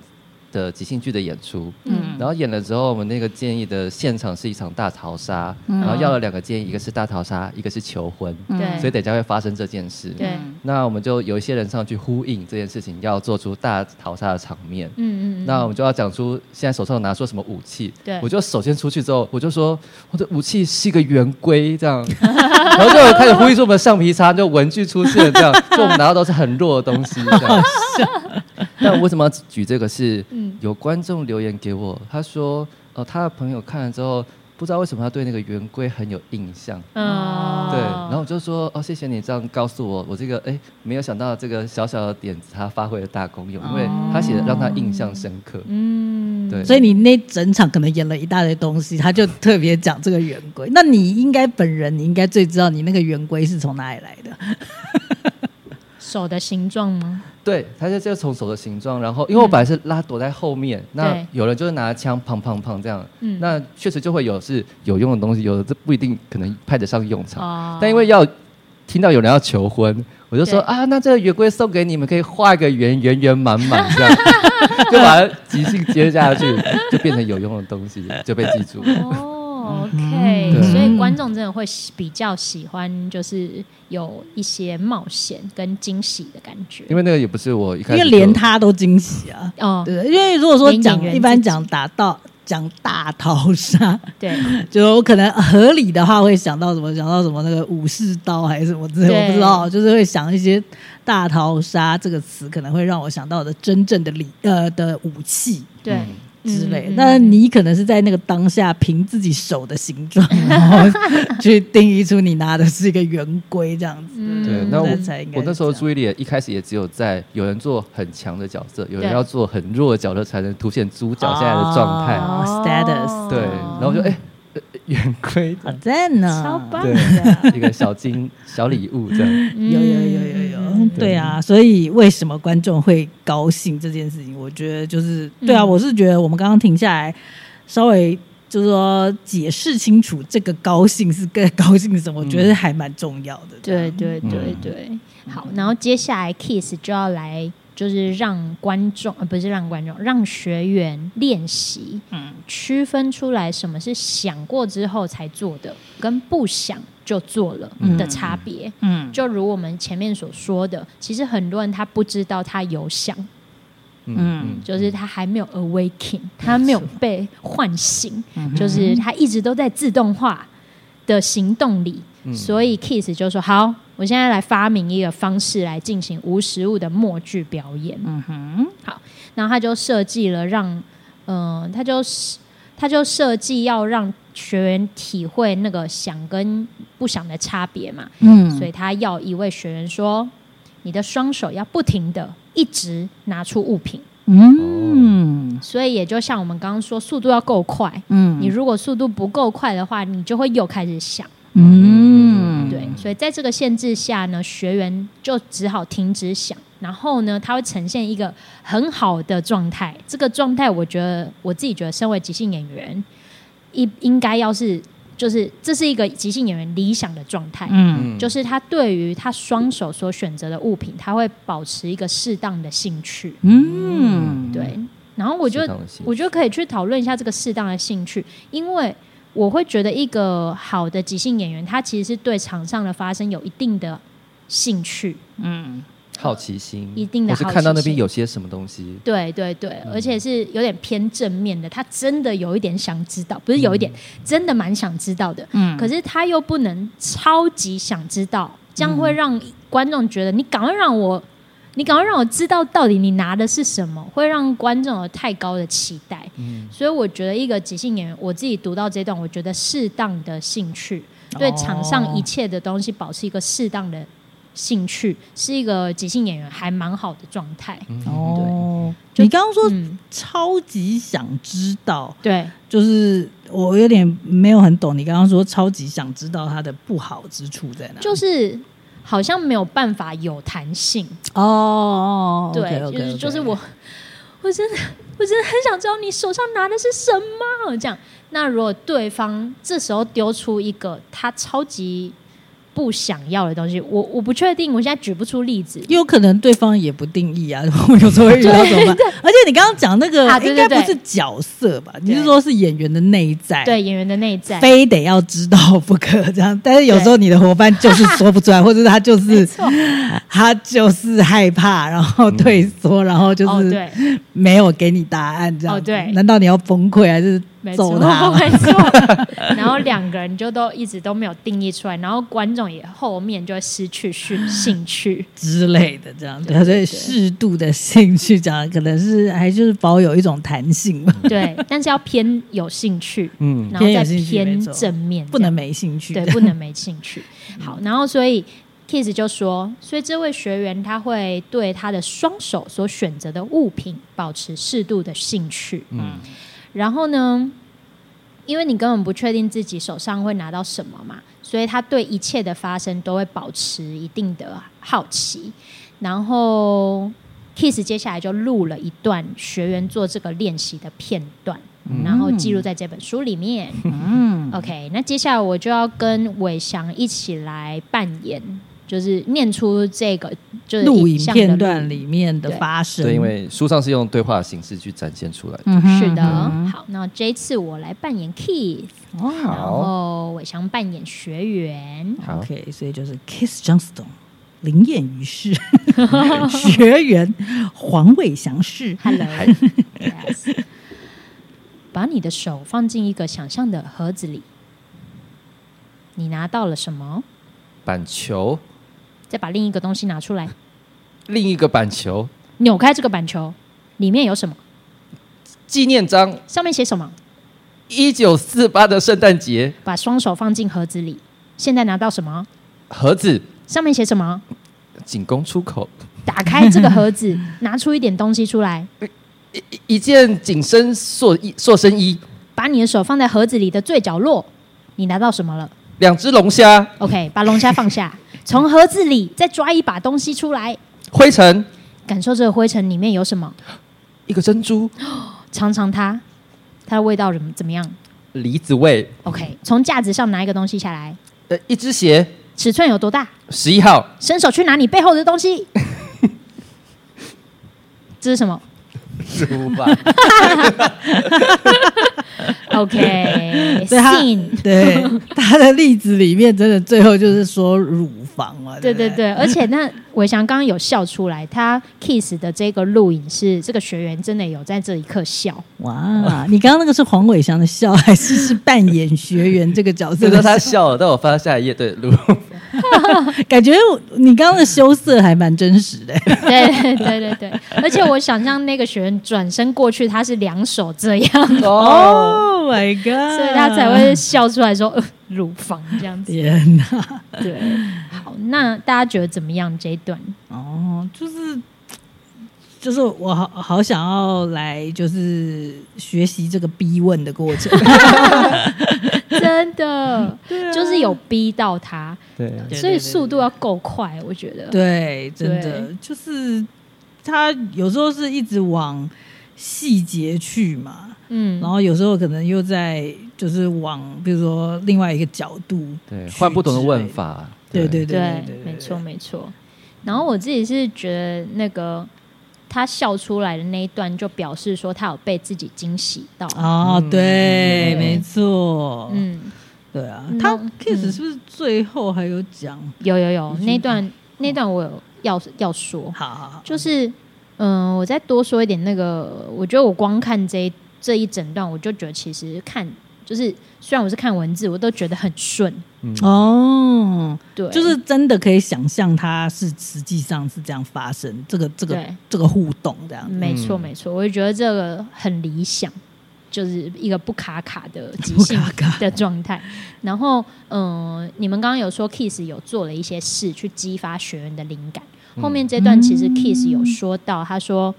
Speaker 1: 的即兴剧的演出，
Speaker 3: 嗯
Speaker 1: 然后演了之后，我们那个建议的现场是一场大逃杀，然后要了两个建议，一个是大逃杀，一个是求婚，
Speaker 2: 嗯
Speaker 3: 嗯对
Speaker 1: 所以嗯等一下会发生这件事。
Speaker 3: 对，
Speaker 1: 那我们就有一些人上去呼应这件事情，要做出大逃杀的场面。
Speaker 3: 嗯嗯，
Speaker 1: 那我们就要讲出现在手上拿出什么武器。
Speaker 3: 对
Speaker 1: 我就首先出去之后，我就说我的武器是一个圆规，这 样，然后就有开始呼吁说我们的橡皮擦就文具出现了 这样，就我们拿到都是很弱的东西这样。但我为什么要举这个是
Speaker 3: 嗯
Speaker 1: 有观众留言给我，他说哦，他的朋友看了之后。不知道为什么他对那个圆规很有印象，
Speaker 3: 嗯
Speaker 1: 对，然后我就说哦，谢谢你这样告诉我，我这个哎没有想到这个小小的点子，它发挥了大功用，因为他写的让他印象深刻。
Speaker 3: 嗯
Speaker 1: 对，
Speaker 2: 所以你那整场可能演了一大堆东西，他就特别讲这个圆规。那你应该本人，你应该最知道你那个圆规是从哪里来的。
Speaker 3: 手的形状吗？
Speaker 1: 对，他就就从手的形状，然后因为我本来是拉躲在后面，
Speaker 3: 对
Speaker 1: 那有人就是拿枪砰砰砰这样，
Speaker 3: 嗯
Speaker 1: 那确实就会有是有用的东西，有的这不一定可能派得上用场，
Speaker 3: 哦
Speaker 1: 但因为要听到有人要求婚，我就说
Speaker 3: 对
Speaker 1: 啊，那这个圆规送给你们，可以画一个圆，圆圆满满这 样，就把它即兴接下去，就变成有用的东西，就被记住。
Speaker 3: 哦
Speaker 2: 嗯
Speaker 3: ，OK，
Speaker 1: 对
Speaker 3: 所以观众真的会喜比较喜欢，就是有一些冒险跟惊喜的感觉。
Speaker 1: 因为那个也不是我一开
Speaker 2: 因
Speaker 1: 始
Speaker 2: 为连他都惊喜啊。
Speaker 3: 哦，
Speaker 2: 对，因为如果说
Speaker 3: 连演
Speaker 2: 讲
Speaker 3: 员
Speaker 2: 一般
Speaker 3: 自己
Speaker 2: 讲打到讲大逃杀，
Speaker 3: 对，
Speaker 2: 就我可能合理的话会想到什么，想到什么那个武士刀还是什么之类，
Speaker 3: 对
Speaker 2: 我不知道，就是会想一些“大逃杀”这个词，可能会让我想到的真正的理呃的武器
Speaker 3: 对
Speaker 1: 嗯
Speaker 2: 之类的。
Speaker 3: 嗯
Speaker 2: 那
Speaker 3: 嗯
Speaker 2: 你可能是在那个当下凭自己手的形 状，然后去定义出你拿的是一个圆规这样子。
Speaker 3: 嗯
Speaker 1: 对那我
Speaker 2: 那才应该
Speaker 1: 我那时候
Speaker 2: 是这样
Speaker 1: 注意力也一开始也只有在有人做很强的角色，有人
Speaker 3: 对
Speaker 1: 要做很弱的角色，才能凸显主角现在的状态。
Speaker 2: 哦 status
Speaker 1: 对，然后我就哎，呃圆规
Speaker 2: 好赞呢，
Speaker 3: 嗯超棒
Speaker 1: 对
Speaker 3: 的，
Speaker 1: 一个小金小礼物这样。
Speaker 2: 有有有有有，
Speaker 3: 嗯
Speaker 2: 对啊，所以为什么观众会高兴这件事情？我觉得就是对啊，
Speaker 3: 嗯
Speaker 2: 我是觉得我们刚刚停下来，稍微就是说解释清楚这个高兴是更高兴是什么，我觉得还蛮重要的。这
Speaker 3: 对
Speaker 2: 样，
Speaker 3: 对对对，好，然后接下来 Kiss 就要来，就是让观众，呃，不是让观众，让学员练习
Speaker 2: 嗯，
Speaker 3: 区分出来什么是想过之后才做的，跟不想就做了的差别。
Speaker 2: 嗯，
Speaker 3: 就如我们前面所说的，其实很多人他不知道他有想，
Speaker 2: 嗯
Speaker 3: 就是他还没有 awaken，他没有被唤醒，
Speaker 2: 嗯
Speaker 3: 就是他一直都在自动化的行动里。
Speaker 1: 嗯
Speaker 3: 所以 Kiss 就说：“好，我现在来发明一个方式来进行无实物的默剧表演。”嗯哼，好，然后他就设计了让，嗯、他就他就设计要让学员体会那个想跟不想的差别嘛。
Speaker 2: 嗯
Speaker 3: 所以他要一位学员说：“你的双手要不停的一直拿出物品。”
Speaker 2: 嗯
Speaker 3: 所以也就像我们刚刚说，速度要够快。
Speaker 2: 嗯
Speaker 3: 你如果速度不够快的话，你就会又开始想。
Speaker 2: 嗯
Speaker 3: 对，所以在这个限制下呢，学员就只好停止想，然后呢，他会呈现一个很好的状态。这个状态，我觉得我自己觉得，身为即兴演员，应应该要是就是这是一个即兴演员理想的状态，
Speaker 2: 嗯
Speaker 3: 就是他对于他双手所选择的物品，他会保持一个适当的兴趣。
Speaker 2: 嗯，
Speaker 3: 对，然后我觉
Speaker 1: 适
Speaker 3: 得
Speaker 1: 当的兴趣
Speaker 3: 我觉得可以去讨论一下这个适当的兴趣，因为我会觉得一个好的即兴演员，他其实是对场上的发生有一定的兴趣，
Speaker 2: 嗯
Speaker 1: 好奇心，
Speaker 3: 一定的
Speaker 1: 我是
Speaker 3: 好
Speaker 1: 看到
Speaker 3: 奇
Speaker 1: 那边
Speaker 3: 心
Speaker 1: 有些什么东西，
Speaker 3: 对对对，
Speaker 1: 嗯
Speaker 3: 而且是有点偏正面的，他真的有一点想知道，不是有一点，
Speaker 1: 嗯
Speaker 3: 真的蛮想知道的，
Speaker 2: 嗯
Speaker 3: 可是他又不能超级想知道，这样会让观众觉得你赶快让我，你赶快让我知道到底你拿的是什么，会让观众有太高的期待。
Speaker 1: 嗯，
Speaker 3: 所以我觉得一个即兴演员，我自己读到这段，我觉得适当的兴趣，对场上一切的东西保持一个适当的兴趣，是一个即兴演员还蛮好的状态。
Speaker 1: 嗯
Speaker 2: 哦，
Speaker 3: 对
Speaker 2: 你刚刚说
Speaker 3: 嗯，
Speaker 2: 超级想知道，
Speaker 3: 对，
Speaker 2: 就是我有点没有很懂你刚刚说超级想知道它的不好之处在哪里？
Speaker 3: 就是好像没有办法有弹性。
Speaker 2: 哦哦，哦
Speaker 3: 对
Speaker 2: OK，OK，OK
Speaker 3: 就是就是我，我真的我真的很想知道你手上拿的是什么这样。那如果对方这时候丢出一个他超级不想要的东西，我我不确定，我现在举不出例子。
Speaker 2: 也有可能对方也不定义啊， 我有时候会遇到怎 么办？而且你刚刚讲那个
Speaker 3: 啊对
Speaker 2: 应
Speaker 3: 对
Speaker 2: 该
Speaker 3: 对
Speaker 2: 不是角色吧？你是
Speaker 3: 对
Speaker 2: 说是演员的内在？
Speaker 3: 对演员的内在，
Speaker 2: 非得要知道不可这样，但是有时候你的伙伴就是说不出来，或者是他就是
Speaker 3: 错
Speaker 2: 他就是害怕，然后退缩，然后就
Speaker 3: 哦
Speaker 2: 是
Speaker 3: 对，
Speaker 2: 没有给你答案这样子。
Speaker 3: 哦对
Speaker 2: 难道你要崩溃还是
Speaker 3: 没错
Speaker 2: 揍他 吗？
Speaker 3: 没错。然后两个人就都一直都没有定义出来，然后观众也后面就会失去兴兴趣。
Speaker 2: 之类的这样子？
Speaker 3: 对对
Speaker 2: 所以
Speaker 3: 对
Speaker 2: 适度的兴趣讲，可能是还就是保有一种弹性吧，
Speaker 3: 对，但是要偏有兴趣，
Speaker 1: 嗯，
Speaker 3: 然后再
Speaker 2: 偏有兴趣没
Speaker 3: 偏
Speaker 2: 错
Speaker 3: 正面，
Speaker 2: 不能没兴趣。
Speaker 3: 对，不能没兴趣。好，然后所以 Kiss 就说，所以这位学员他会对他的双手所选择的物品保持适度的兴趣。
Speaker 1: 嗯，
Speaker 3: 然后呢，因为你根本不确定自己手上会拿到什么嘛，所以他对一切的发生都会保持一定的好奇。然后 Kiss 接下来就录了一段学员做这个练习的片段，然后记录在这本书里面。
Speaker 2: 嗯，
Speaker 3: OK，那接下来我就要跟伟翔一起来扮演，就是念出这个就是
Speaker 2: 录影
Speaker 3: 像的
Speaker 2: 片
Speaker 3: 录
Speaker 2: 段里面的
Speaker 3: 对
Speaker 2: 发生，
Speaker 1: 对，因为书上是用对话的形式去展现出来的。
Speaker 2: 嗯哼
Speaker 3: 是的。
Speaker 2: 嗯
Speaker 3: 好，那这一次我来扮演 Keith，
Speaker 2: 哼
Speaker 3: 然后伟翔扮演学员。
Speaker 1: 好
Speaker 2: OK，所以就是 Kiss Johnston，林燕于氏， 学员黄伟翔 氏。
Speaker 3: Hello，yes，把你的手放进一个想象的盒子里，你拿到了什么？
Speaker 1: 板球，
Speaker 3: 再把另一个东西拿出来，
Speaker 1: 另一个板球，
Speaker 3: 扭开这个板球，里面有什么？
Speaker 1: 纪念章，
Speaker 3: 上面写什么？
Speaker 1: 一九四八的圣诞节
Speaker 3: 把双手放进盒子里，现在拿到什么？
Speaker 1: 盒子，
Speaker 3: 上面写什么？
Speaker 1: 仅供出口，
Speaker 3: 打开这个盒子，拿出一点东西出来，
Speaker 1: 一一一件紧身塑衣塑身衣，
Speaker 3: 把你的手放在盒子里的最角落，你拿到什么了
Speaker 1: 两只龙虾，
Speaker 3: ？OK，把龙虾放下，从盒子里再抓一把东西出来，
Speaker 1: 灰尘，
Speaker 3: 感受这个灰尘里面有什么，
Speaker 1: 一个珍珠，
Speaker 3: 尝尝它，它的味道怎么怎么样
Speaker 1: 梨子味，
Speaker 3: ？OK，从架子上拿一个东西下来，
Speaker 1: 呃，一只鞋，
Speaker 3: 尺寸有多大？
Speaker 1: 十一 号，
Speaker 3: 伸手去拿你背后的东西，这是什么？
Speaker 1: 十五吧，
Speaker 3: OK，
Speaker 2: 对他
Speaker 3: 信，
Speaker 2: 对他的例子里面，真的最后就是说乳房嘛，
Speaker 3: 对
Speaker 2: 不
Speaker 3: 对对，而且那伟翔刚刚有笑出来，他 Kiss 的这个录影是这个学员真的有在这一刻笑，
Speaker 2: 哇，你刚刚那个是黄伟翔的笑，还是是扮演学员这个 角
Speaker 1: 这
Speaker 2: 色
Speaker 1: 个
Speaker 2: 的
Speaker 1: 他
Speaker 2: 笑？
Speaker 1: 笑了，但我翻到下一页，对，如
Speaker 2: 感觉你刚刚的羞涩还蛮真实的。
Speaker 3: 对对对对对，而且我想象那个学员转身过去，他是两手这样，
Speaker 1: 哦，
Speaker 2: Oh my god！
Speaker 3: 所以他才
Speaker 2: 啊
Speaker 3: 会笑出来说、呃、乳房这样子。
Speaker 2: 天哪！
Speaker 3: 对，好，那大家觉得怎么样这一段？
Speaker 2: 哦，就是就是我好好想要来，就是学习这个逼问的过程。
Speaker 3: 真的、就是有逼到他，
Speaker 1: 对，
Speaker 2: 啊对
Speaker 3: 所以
Speaker 2: 对
Speaker 3: 速度要够快，我觉得。
Speaker 2: 对，真的就是他有时候是一直往细节去嘛，
Speaker 3: 嗯，
Speaker 2: 然后有时候可能又在就是往比如说另外一个角度
Speaker 1: 对，
Speaker 2: 去
Speaker 1: 换不同的
Speaker 2: 之类
Speaker 1: 问，法，
Speaker 2: 对对对
Speaker 3: 对
Speaker 2: 对，
Speaker 3: 没错没错。然后我自己是觉得那个他笑出来的那一段，就表示说他有被自己惊喜到。
Speaker 1: 嗯
Speaker 2: 哦，对，
Speaker 3: 嗯
Speaker 2: 没错，嗯，
Speaker 3: 嗯，
Speaker 2: 对啊，
Speaker 3: 那
Speaker 2: 他
Speaker 3: 嗯
Speaker 2: case 是不是最后还有讲？
Speaker 3: 有有有，
Speaker 2: 你
Speaker 3: 那
Speaker 2: 去
Speaker 3: 段那段我有要要说，
Speaker 2: 好好好，
Speaker 3: 就是嗯、我再多说一点那个，我觉得我光看这一这一整段，我就觉得其实看。就是虽然我是看文字，我都觉得很顺。
Speaker 2: 哦，
Speaker 3: 对，
Speaker 2: 就是真的可以想象它是实际上是这样发生，这个这个
Speaker 3: 对，
Speaker 2: 这个互动这样。
Speaker 3: 没错
Speaker 1: 嗯
Speaker 3: 没错，我就觉得这个很理想，就是一个不卡卡的即
Speaker 2: 不
Speaker 3: 兴
Speaker 2: 嘎嘎
Speaker 3: 的状态。然后，嗯、你们刚刚有说 Kiss 有做了一些事去激发学员的灵感。后面这段其实 Kiss 有说到，他说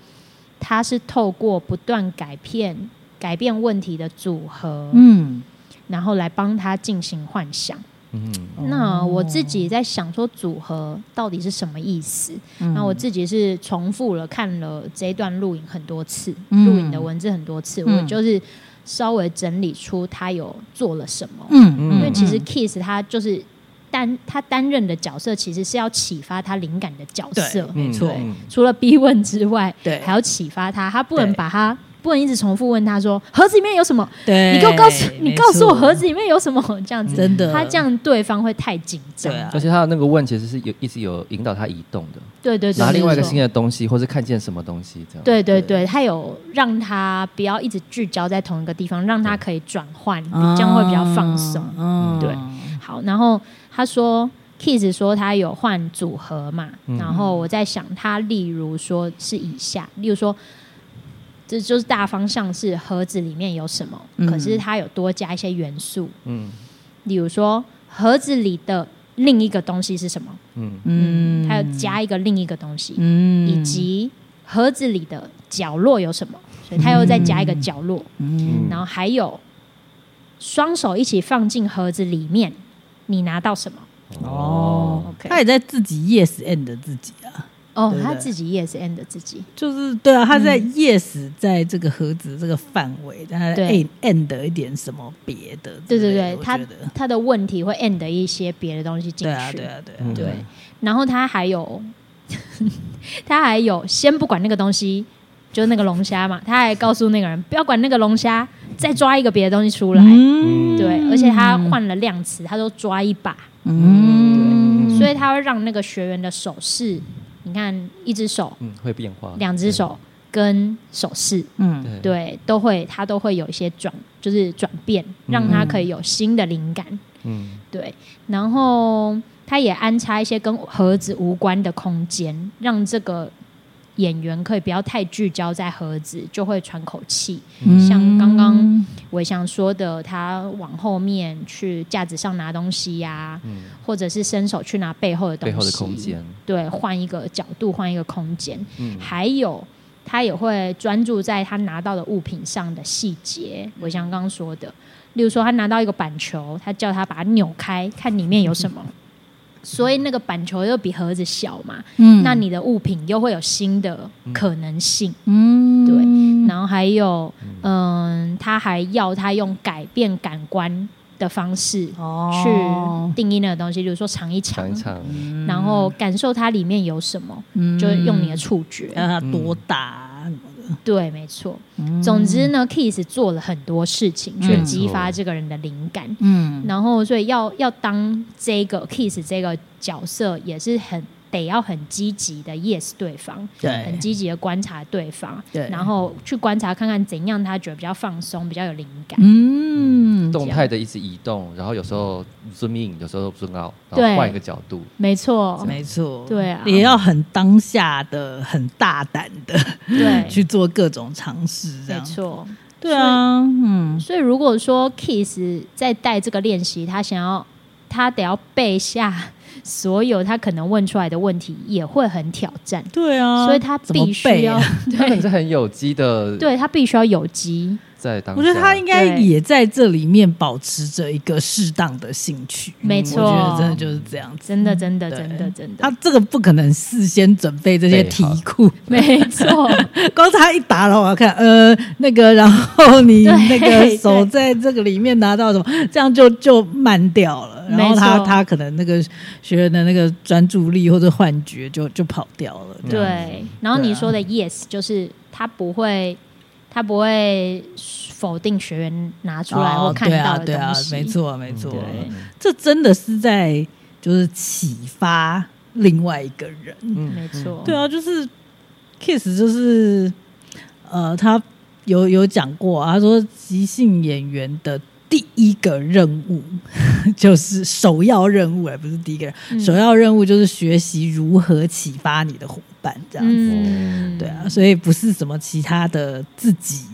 Speaker 3: 他是透过不断改变改变问题的组合，
Speaker 2: 嗯，
Speaker 3: 然后来帮他进行幻想。
Speaker 1: 嗯，
Speaker 3: 那我自己在想说组合到底是什么意思？
Speaker 2: 嗯，
Speaker 3: 那我自己是重复了看了这一段录影很多次，
Speaker 2: 嗯
Speaker 3: 录影的文字很多次，
Speaker 2: 嗯
Speaker 3: 我就是稍微整理出他有做了什么。
Speaker 2: 嗯，嗯，
Speaker 1: 因
Speaker 3: 因为其实
Speaker 2: 嗯
Speaker 3: Kiss 他就是担他担任的角色，其实是要启发他灵感的角色
Speaker 2: 对。没错
Speaker 1: 嗯嗯
Speaker 3: 除了逼问之外，
Speaker 2: 对
Speaker 3: 还要启发他，他不能
Speaker 2: 对
Speaker 3: 把他。不能一直重复问他说盒子里面有什么？
Speaker 2: 对，
Speaker 3: 你给我告诉你
Speaker 2: 没
Speaker 3: 告诉我
Speaker 2: 错
Speaker 3: 盒子里面有什么这样子，
Speaker 2: 真的，
Speaker 3: 他这样对方会太紧张。
Speaker 2: 对啊
Speaker 1: 而且他的那个问其实是有一直有引导他移动的，
Speaker 3: 对对对，
Speaker 1: 拿另外一个
Speaker 3: 没错
Speaker 1: 新的东西，或是看见什么东西这样。，
Speaker 3: 对对对，他有让他不要一直聚焦在同一个地方，让他可以转换，
Speaker 2: 啊
Speaker 3: 这样会比较放松。
Speaker 2: 嗯，
Speaker 3: 对好，然后他说，Kiss 说他有换组合嘛，
Speaker 1: 嗯
Speaker 3: 然后我在想，他例如说是以下，例如说，这就是大方向是盒子里面有什么，
Speaker 2: 嗯
Speaker 3: 可是他有多加一些元素，
Speaker 1: 嗯
Speaker 3: 例如说盒子里的另一个东西是什么，
Speaker 1: 嗯
Speaker 2: 嗯，
Speaker 3: 他有加一个另一个东西，
Speaker 2: 嗯，
Speaker 3: 以及盒子里的角落有什么，所以他又再加一个角落，
Speaker 2: 嗯，
Speaker 3: 然后还有双手一起放进盒子里面，你拿到什么
Speaker 2: 哦
Speaker 3: ？OK，
Speaker 2: 他也在自己 yes and 的自己啊，
Speaker 3: 哦
Speaker 2: 对，不对
Speaker 3: 他自己 yes and 自己，
Speaker 2: 就是对啊，他在
Speaker 3: 嗯
Speaker 2: yes 在这个盒子这个范围，但他
Speaker 3: 对
Speaker 2: and and 一点什么别的之
Speaker 3: 对对
Speaker 2: 类的，
Speaker 3: 对，
Speaker 2: 我
Speaker 3: 他
Speaker 2: 觉得
Speaker 3: 他的问题会 and 一些别的东西进
Speaker 2: 对啊
Speaker 3: 去，
Speaker 2: 对啊对啊
Speaker 1: 嗯，
Speaker 3: 对然后他还有 他还有先不管那个东西。就是那个龙虾嘛，他还告诉那个人不要管那个龙虾，再抓一个别的东西出来。
Speaker 2: 嗯
Speaker 3: 对，而且他换了量词，他都抓一把。
Speaker 2: 嗯，
Speaker 3: 所以他会让那个学员的手势，你看一只手、
Speaker 1: 嗯，会变化。
Speaker 3: 两只手跟手势，
Speaker 2: 嗯，
Speaker 1: 对，
Speaker 3: 对，都会他都会有一些转，就是转变，让他可以有新的灵感，
Speaker 1: 嗯
Speaker 3: 对。然后他也安插一些跟盒子无关的空间，让这个演员可以不要太聚焦在盒子，就会喘口气。
Speaker 2: 嗯
Speaker 3: 像刚刚我想说的，他往后面去架子上拿东西呀、
Speaker 1: 嗯，
Speaker 3: 或者是伸手去拿背后的东
Speaker 1: 背
Speaker 3: 西，
Speaker 1: 后的空间，
Speaker 3: 对，换一个角度，换一个空间，
Speaker 1: 嗯
Speaker 3: 还有他也会专注在他拿到的物品上的细节。我像刚刚说的，例如说他拿到一个板球，他叫他把它扭开，看里面有什么。所以那个板球又比盒子小嘛，
Speaker 2: 嗯
Speaker 3: 那你的物品又会有新的可能性。
Speaker 2: 嗯
Speaker 3: 对然后还有，嗯，他还要他用改变感官的方式
Speaker 2: 哦
Speaker 3: 去定义那个东西，比如说尝一尝
Speaker 1: 尝一，尝，
Speaker 2: 嗯
Speaker 3: 然后感受它里面有什么，就是用你的触觉。
Speaker 1: 嗯
Speaker 2: 让他嗯多大啊什么的，
Speaker 3: 对，没错。总之
Speaker 2: 嗯
Speaker 3: 呢，Kiss 做了很多事情去
Speaker 1: 嗯
Speaker 3: 激发这个人的灵感，
Speaker 2: 嗯
Speaker 3: 然后所以要要当这个 Kiss 这个角色也是很。得要很积极的 yes 对方，
Speaker 2: 对
Speaker 3: 很积极的观察对方，
Speaker 2: 哎对
Speaker 3: 然后去观察看看怎样他觉得比较放松，比较有灵感。
Speaker 2: 嗯
Speaker 1: 动态的一直移动，然后有时候 zoom in，有时候 zoom out，然
Speaker 3: 对
Speaker 1: 后换一个角度，
Speaker 3: 没错，
Speaker 2: 没错，
Speaker 3: 对啊
Speaker 2: 也要很当下的、很大胆的
Speaker 3: 对，
Speaker 2: 去做各种尝试，这
Speaker 3: 没
Speaker 2: 样
Speaker 3: 错。
Speaker 2: 对啊，嗯
Speaker 3: 所以如果说 Kiss 在带这个练习，他想要他得要背下所有他可能问出来的问题，也会很挑战，
Speaker 2: 对啊，
Speaker 3: 所以他
Speaker 2: 怎么
Speaker 3: 必须
Speaker 2: 背
Speaker 3: 要、
Speaker 2: 啊
Speaker 1: 他可能
Speaker 3: 对
Speaker 1: 是很有机的，
Speaker 3: 对他必须要有机，
Speaker 1: 在当下。
Speaker 2: 我觉得他应该
Speaker 3: 对
Speaker 2: 也在这里面保持着一个适当的兴趣，嗯
Speaker 3: 没
Speaker 2: 我觉得
Speaker 3: 错，
Speaker 2: 真的就是这样子。
Speaker 3: 真的真的
Speaker 2: 嗯对
Speaker 3: 真的真
Speaker 2: 他
Speaker 3: 的，
Speaker 2: 这个不可能事先准备这些题库，
Speaker 3: 没错，
Speaker 2: 光是他一打了，我要看，呃，那个，然后你那
Speaker 3: 对
Speaker 2: 个手在这个里面拿到什么，这样就就慢掉了。然后他
Speaker 3: 没错
Speaker 2: 他可能那个学员的那个专注力或者幻觉就就跑掉了。这样，
Speaker 3: 对。然后你说的
Speaker 2: 啊
Speaker 3: yes 就是他不会。他不会否定学员拿出来或
Speaker 2: 哦
Speaker 3: 看到的
Speaker 2: 对啊，对啊，
Speaker 3: 东西，
Speaker 2: 没错，没错，
Speaker 3: 对
Speaker 2: 这真的是在就是启发另外一个人。
Speaker 1: 嗯
Speaker 3: 没错，
Speaker 2: 对啊，就是 Kiss 就是呃，他有有讲过啊，他说即兴演员的第一个任务 就是首要任务，而哎不是第一个任务。首要任务就是学习如何启发你的伙伴，这样子。
Speaker 3: 嗯
Speaker 2: 对啊，，所以不是什么其他的自己，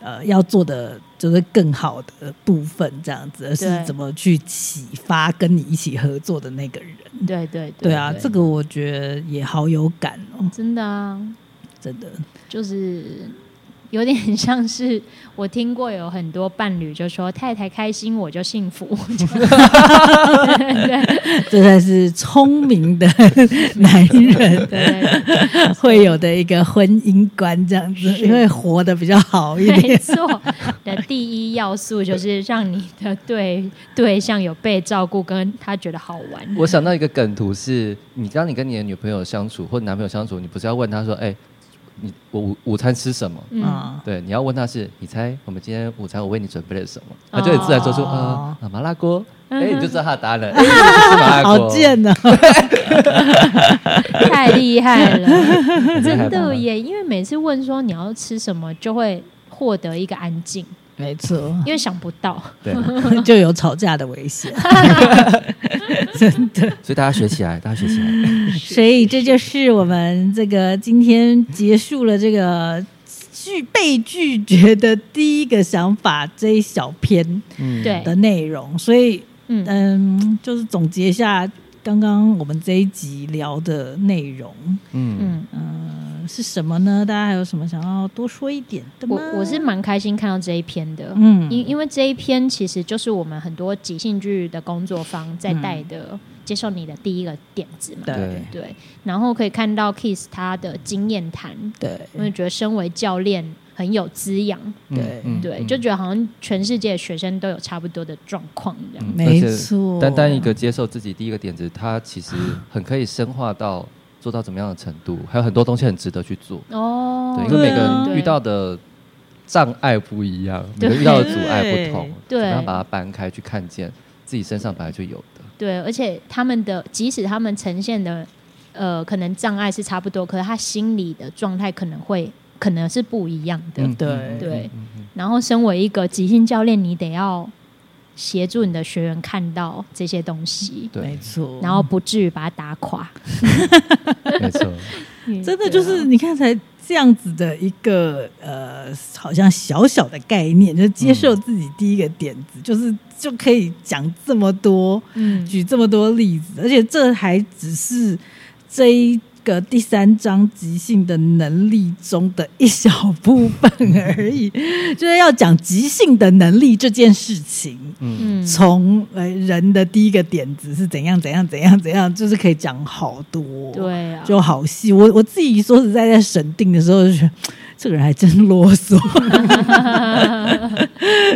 Speaker 2: 呃，要做的就是更好的部分这样子，而
Speaker 3: 对
Speaker 2: 是怎么去启发跟你一起合作的那个人。
Speaker 3: 对对
Speaker 2: 对啊，这个我觉得也好有感哦，
Speaker 3: 真的啊，
Speaker 2: 真的。
Speaker 3: 就是有点像是我听过有很多伴侣就说太太开心我就幸福，
Speaker 2: 这才是聪明的男人
Speaker 3: 对，
Speaker 2: 会有的一个婚姻观，这样子
Speaker 3: 是
Speaker 2: 会活得比较好一
Speaker 3: 没
Speaker 2: 点。
Speaker 3: 错的第一要素就是让你的对对象有被照顾，跟他觉得好玩。
Speaker 1: 我想到一个梗图是，你当你跟你的女朋友相处或男朋友相处，你不是要问他说，哎、你我午午餐吃什么？
Speaker 3: 嗯，
Speaker 2: 啊，
Speaker 1: 对，你要问他是，你猜我们今天午餐我为你准备了什么？他就很自然说出，
Speaker 2: 哦
Speaker 1: 呃，麻辣锅。哎、
Speaker 3: 嗯哼
Speaker 1: 你就知道他的答案 了，哎你就是麻辣锅。
Speaker 2: 好贱哦！
Speaker 3: 太厉害了，
Speaker 1: 很厉害
Speaker 3: 真
Speaker 1: 吧
Speaker 3: 的耶！因为每次问说你要吃什么，就会获得一个安静，
Speaker 2: 没错，
Speaker 3: 因为想不到。
Speaker 1: 对，
Speaker 2: 就有吵架的危险。
Speaker 1: 所以大家学起来，大家学起来。
Speaker 2: 所以这就是我们这个今天结束了这个拒被拒绝的第一个想法这一小篇
Speaker 1: 嗯，
Speaker 3: 对
Speaker 2: 的内容。所以，
Speaker 3: 嗯，
Speaker 2: 嗯，就是总结一下刚刚我们这一集聊的内容，
Speaker 1: 嗯，
Speaker 3: 嗯，
Speaker 2: 嗯、是什么呢？大家还有什么想要多说一点的吗？
Speaker 3: 我我是蛮开心看到这一篇的，
Speaker 2: 嗯
Speaker 3: 因因为这一篇其实就是我们很多即兴剧的工作方在
Speaker 1: 嗯
Speaker 3: 带的，接受你的第一个点子嘛。
Speaker 2: 对
Speaker 3: 对，然后可以看到 Kiss 他的经验谈，
Speaker 2: 对
Speaker 3: 我就觉得身为教练很有滋养，
Speaker 2: 对
Speaker 1: 嗯
Speaker 3: 对，
Speaker 1: 嗯
Speaker 3: 就觉得好像全世界的学生都有差不多的状况这样。
Speaker 1: 嗯
Speaker 2: 没
Speaker 1: 而且
Speaker 2: 错，
Speaker 1: 单单一个接受自己第一个点子，它其实很可以深化到做到怎么样的程度，还有很多东西很值得去做。
Speaker 3: 哦，
Speaker 1: 嗯对，因为每个
Speaker 2: 对
Speaker 1: 人遇到的障碍不一样，每个人遇到的阻碍不同，
Speaker 3: 对
Speaker 1: 怎么样把它搬开去看见自己身上本来就有的。
Speaker 3: 对，而且他们的即使他们呈现的呃可能障碍是差不多，可是他心理的状态可能会可能是不一样的。
Speaker 1: 嗯
Speaker 2: 对
Speaker 1: 嗯
Speaker 3: 对
Speaker 1: 嗯嗯
Speaker 3: 然后身为一个即兴教练，你得要协助你的学员看到这些东西，
Speaker 2: 没
Speaker 1: 对，
Speaker 2: 错，
Speaker 3: 然后不至于把它打垮。
Speaker 1: 没错，
Speaker 3: 嗯
Speaker 2: 真
Speaker 3: 啊
Speaker 2: 的就是你看才这样子的一个呃，好像小小的概念，就是接受自己第一个点子，就是就可以讲这么多，
Speaker 3: 嗯，
Speaker 2: 举这么多例子，而且这还只是这一个第三章即兴的能力中的一小部分而已，就是要讲即兴的能力这件事情。
Speaker 1: 嗯，
Speaker 3: 嗯
Speaker 2: 从呃人的第一个点子是怎样怎样怎样怎样，就是可以讲好多。
Speaker 3: 对啊，
Speaker 2: 就好细。我我自己说实在，在审定的时候就觉得，这个人还真啰嗦。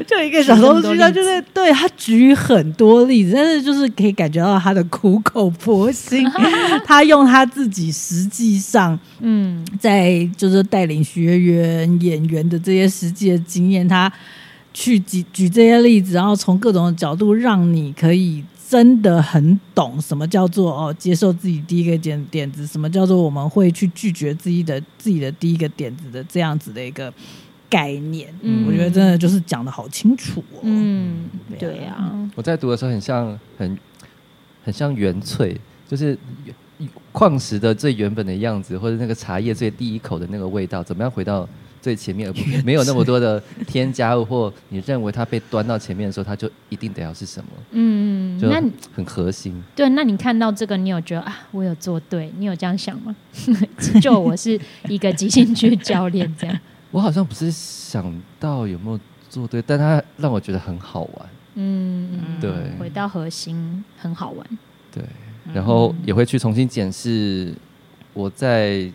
Speaker 2: 就一个小东西，他就在对他举很多例子，但是就是可以感觉到他的苦口婆 心。他用他自己实际上
Speaker 3: 嗯
Speaker 2: 在就是带领学员、演员的这些实际的经验，他去举举这些例子，然后从各种的角度，让你可以真的很懂什么叫做哦，接受自己第一个点点子，什么叫做我们会去拒绝自己的自己的第一个点子的这样子的一个概念。
Speaker 3: 嗯
Speaker 2: 我觉得真的就是讲的好清楚哦。
Speaker 3: 嗯，
Speaker 2: 对
Speaker 3: 对
Speaker 2: 啊
Speaker 3: 啊，
Speaker 1: 我在读的时候很像很很像原萃，就是呃矿石的最原本的样子，或者那个茶叶最第一口的那个味道，怎么样回到最前面，而不没有那么多的添加物，或你认为它被端到前面的时候，它就一定得要是什么，
Speaker 3: 嗯，
Speaker 1: 就
Speaker 3: 那你
Speaker 1: 很核心。
Speaker 3: 对，那你看到这个，你有觉得啊，我有做对？你有这样想吗？ 就我是一个即兴剧教练这样，
Speaker 1: 我好像不是想到有没有做对，但它让我觉得很好玩，
Speaker 3: 嗯，
Speaker 1: 对
Speaker 3: 回到核心很好玩，
Speaker 1: 对，
Speaker 3: 嗯
Speaker 1: 然后也会去重新检视我在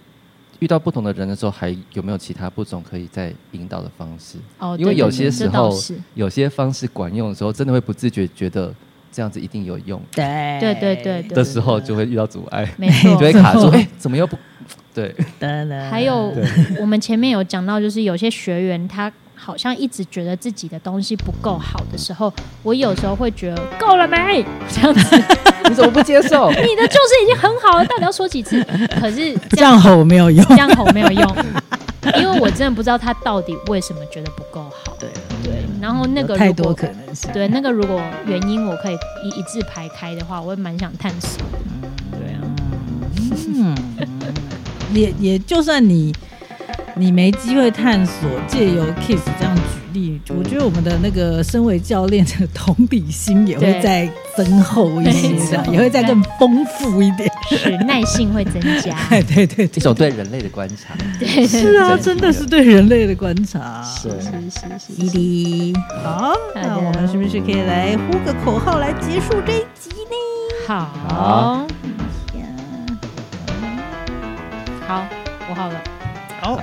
Speaker 1: 遇到不同的人的时候，还有没有其他不同可以再引导的方式。
Speaker 3: 哦，
Speaker 1: 因为
Speaker 3: 对
Speaker 1: 有
Speaker 3: 对
Speaker 1: 些
Speaker 3: 对
Speaker 1: 时
Speaker 3: 这倒
Speaker 1: 候
Speaker 3: 是，
Speaker 1: 有些方式管用的时候，真的会不自觉觉得这样子一定有用
Speaker 2: 对
Speaker 3: 对对对对
Speaker 1: 的时候，就会遇到阻碍，
Speaker 3: 没
Speaker 1: 就
Speaker 3: 错。
Speaker 1: 会卡住。哎、怎么又不 对？
Speaker 2: 嗯对
Speaker 3: 还有我们前面有讲到，就是有些学员他好像一直觉得自己的东西不够好的时候，我有时候会觉得够了没 这样子，
Speaker 1: 你怎么不接受？
Speaker 3: 你的就是已经很好了，到底要说 几次？可是
Speaker 2: 这样吼没有用。
Speaker 3: 这样吼没有用，因为我真的不知道他到底为什么觉得不够好。
Speaker 2: 对
Speaker 3: 对，然后那个
Speaker 2: 有太
Speaker 3: 如果
Speaker 2: 多可能性，
Speaker 3: 对那个如果原因我可以一一字排开的话，我会蛮想探索。对啊，
Speaker 2: 也也就算你你没机会探索，借由 Kiss 这样举例，我觉得我们的那个身为教练的同理心也会
Speaker 3: 对
Speaker 2: 再增厚一 些
Speaker 3: 没，错
Speaker 2: 这样也会再更丰富一点。
Speaker 3: 是耐性会增加。
Speaker 2: 哎， 对对
Speaker 1: 一
Speaker 2: 对，
Speaker 1: 种对人类的观察。
Speaker 3: 对，是
Speaker 2: 是啊，真的是对人类的观察。
Speaker 3: 是是是
Speaker 2: 滴滴，好，那我们是不是可以来呼个口号来结束这一集呢？
Speaker 3: 好
Speaker 1: 好，
Speaker 3: 好，我好了，
Speaker 2: 好，
Speaker 1: 好，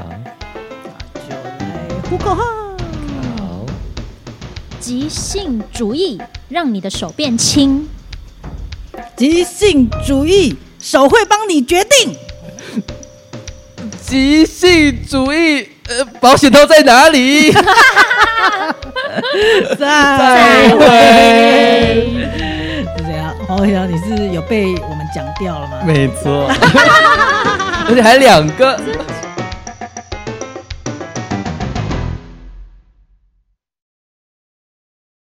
Speaker 2: 就来呼口号。
Speaker 1: 好，
Speaker 3: 即兴主义让你的手变轻。
Speaker 2: 即兴主义，手会帮你决定。
Speaker 1: 即兴主义，呃，保险套在哪里？
Speaker 2: 再
Speaker 1: 再会。
Speaker 2: 是这样，黄伟翔，你是有被我们讲掉了吗？
Speaker 1: 没错，而且还两个。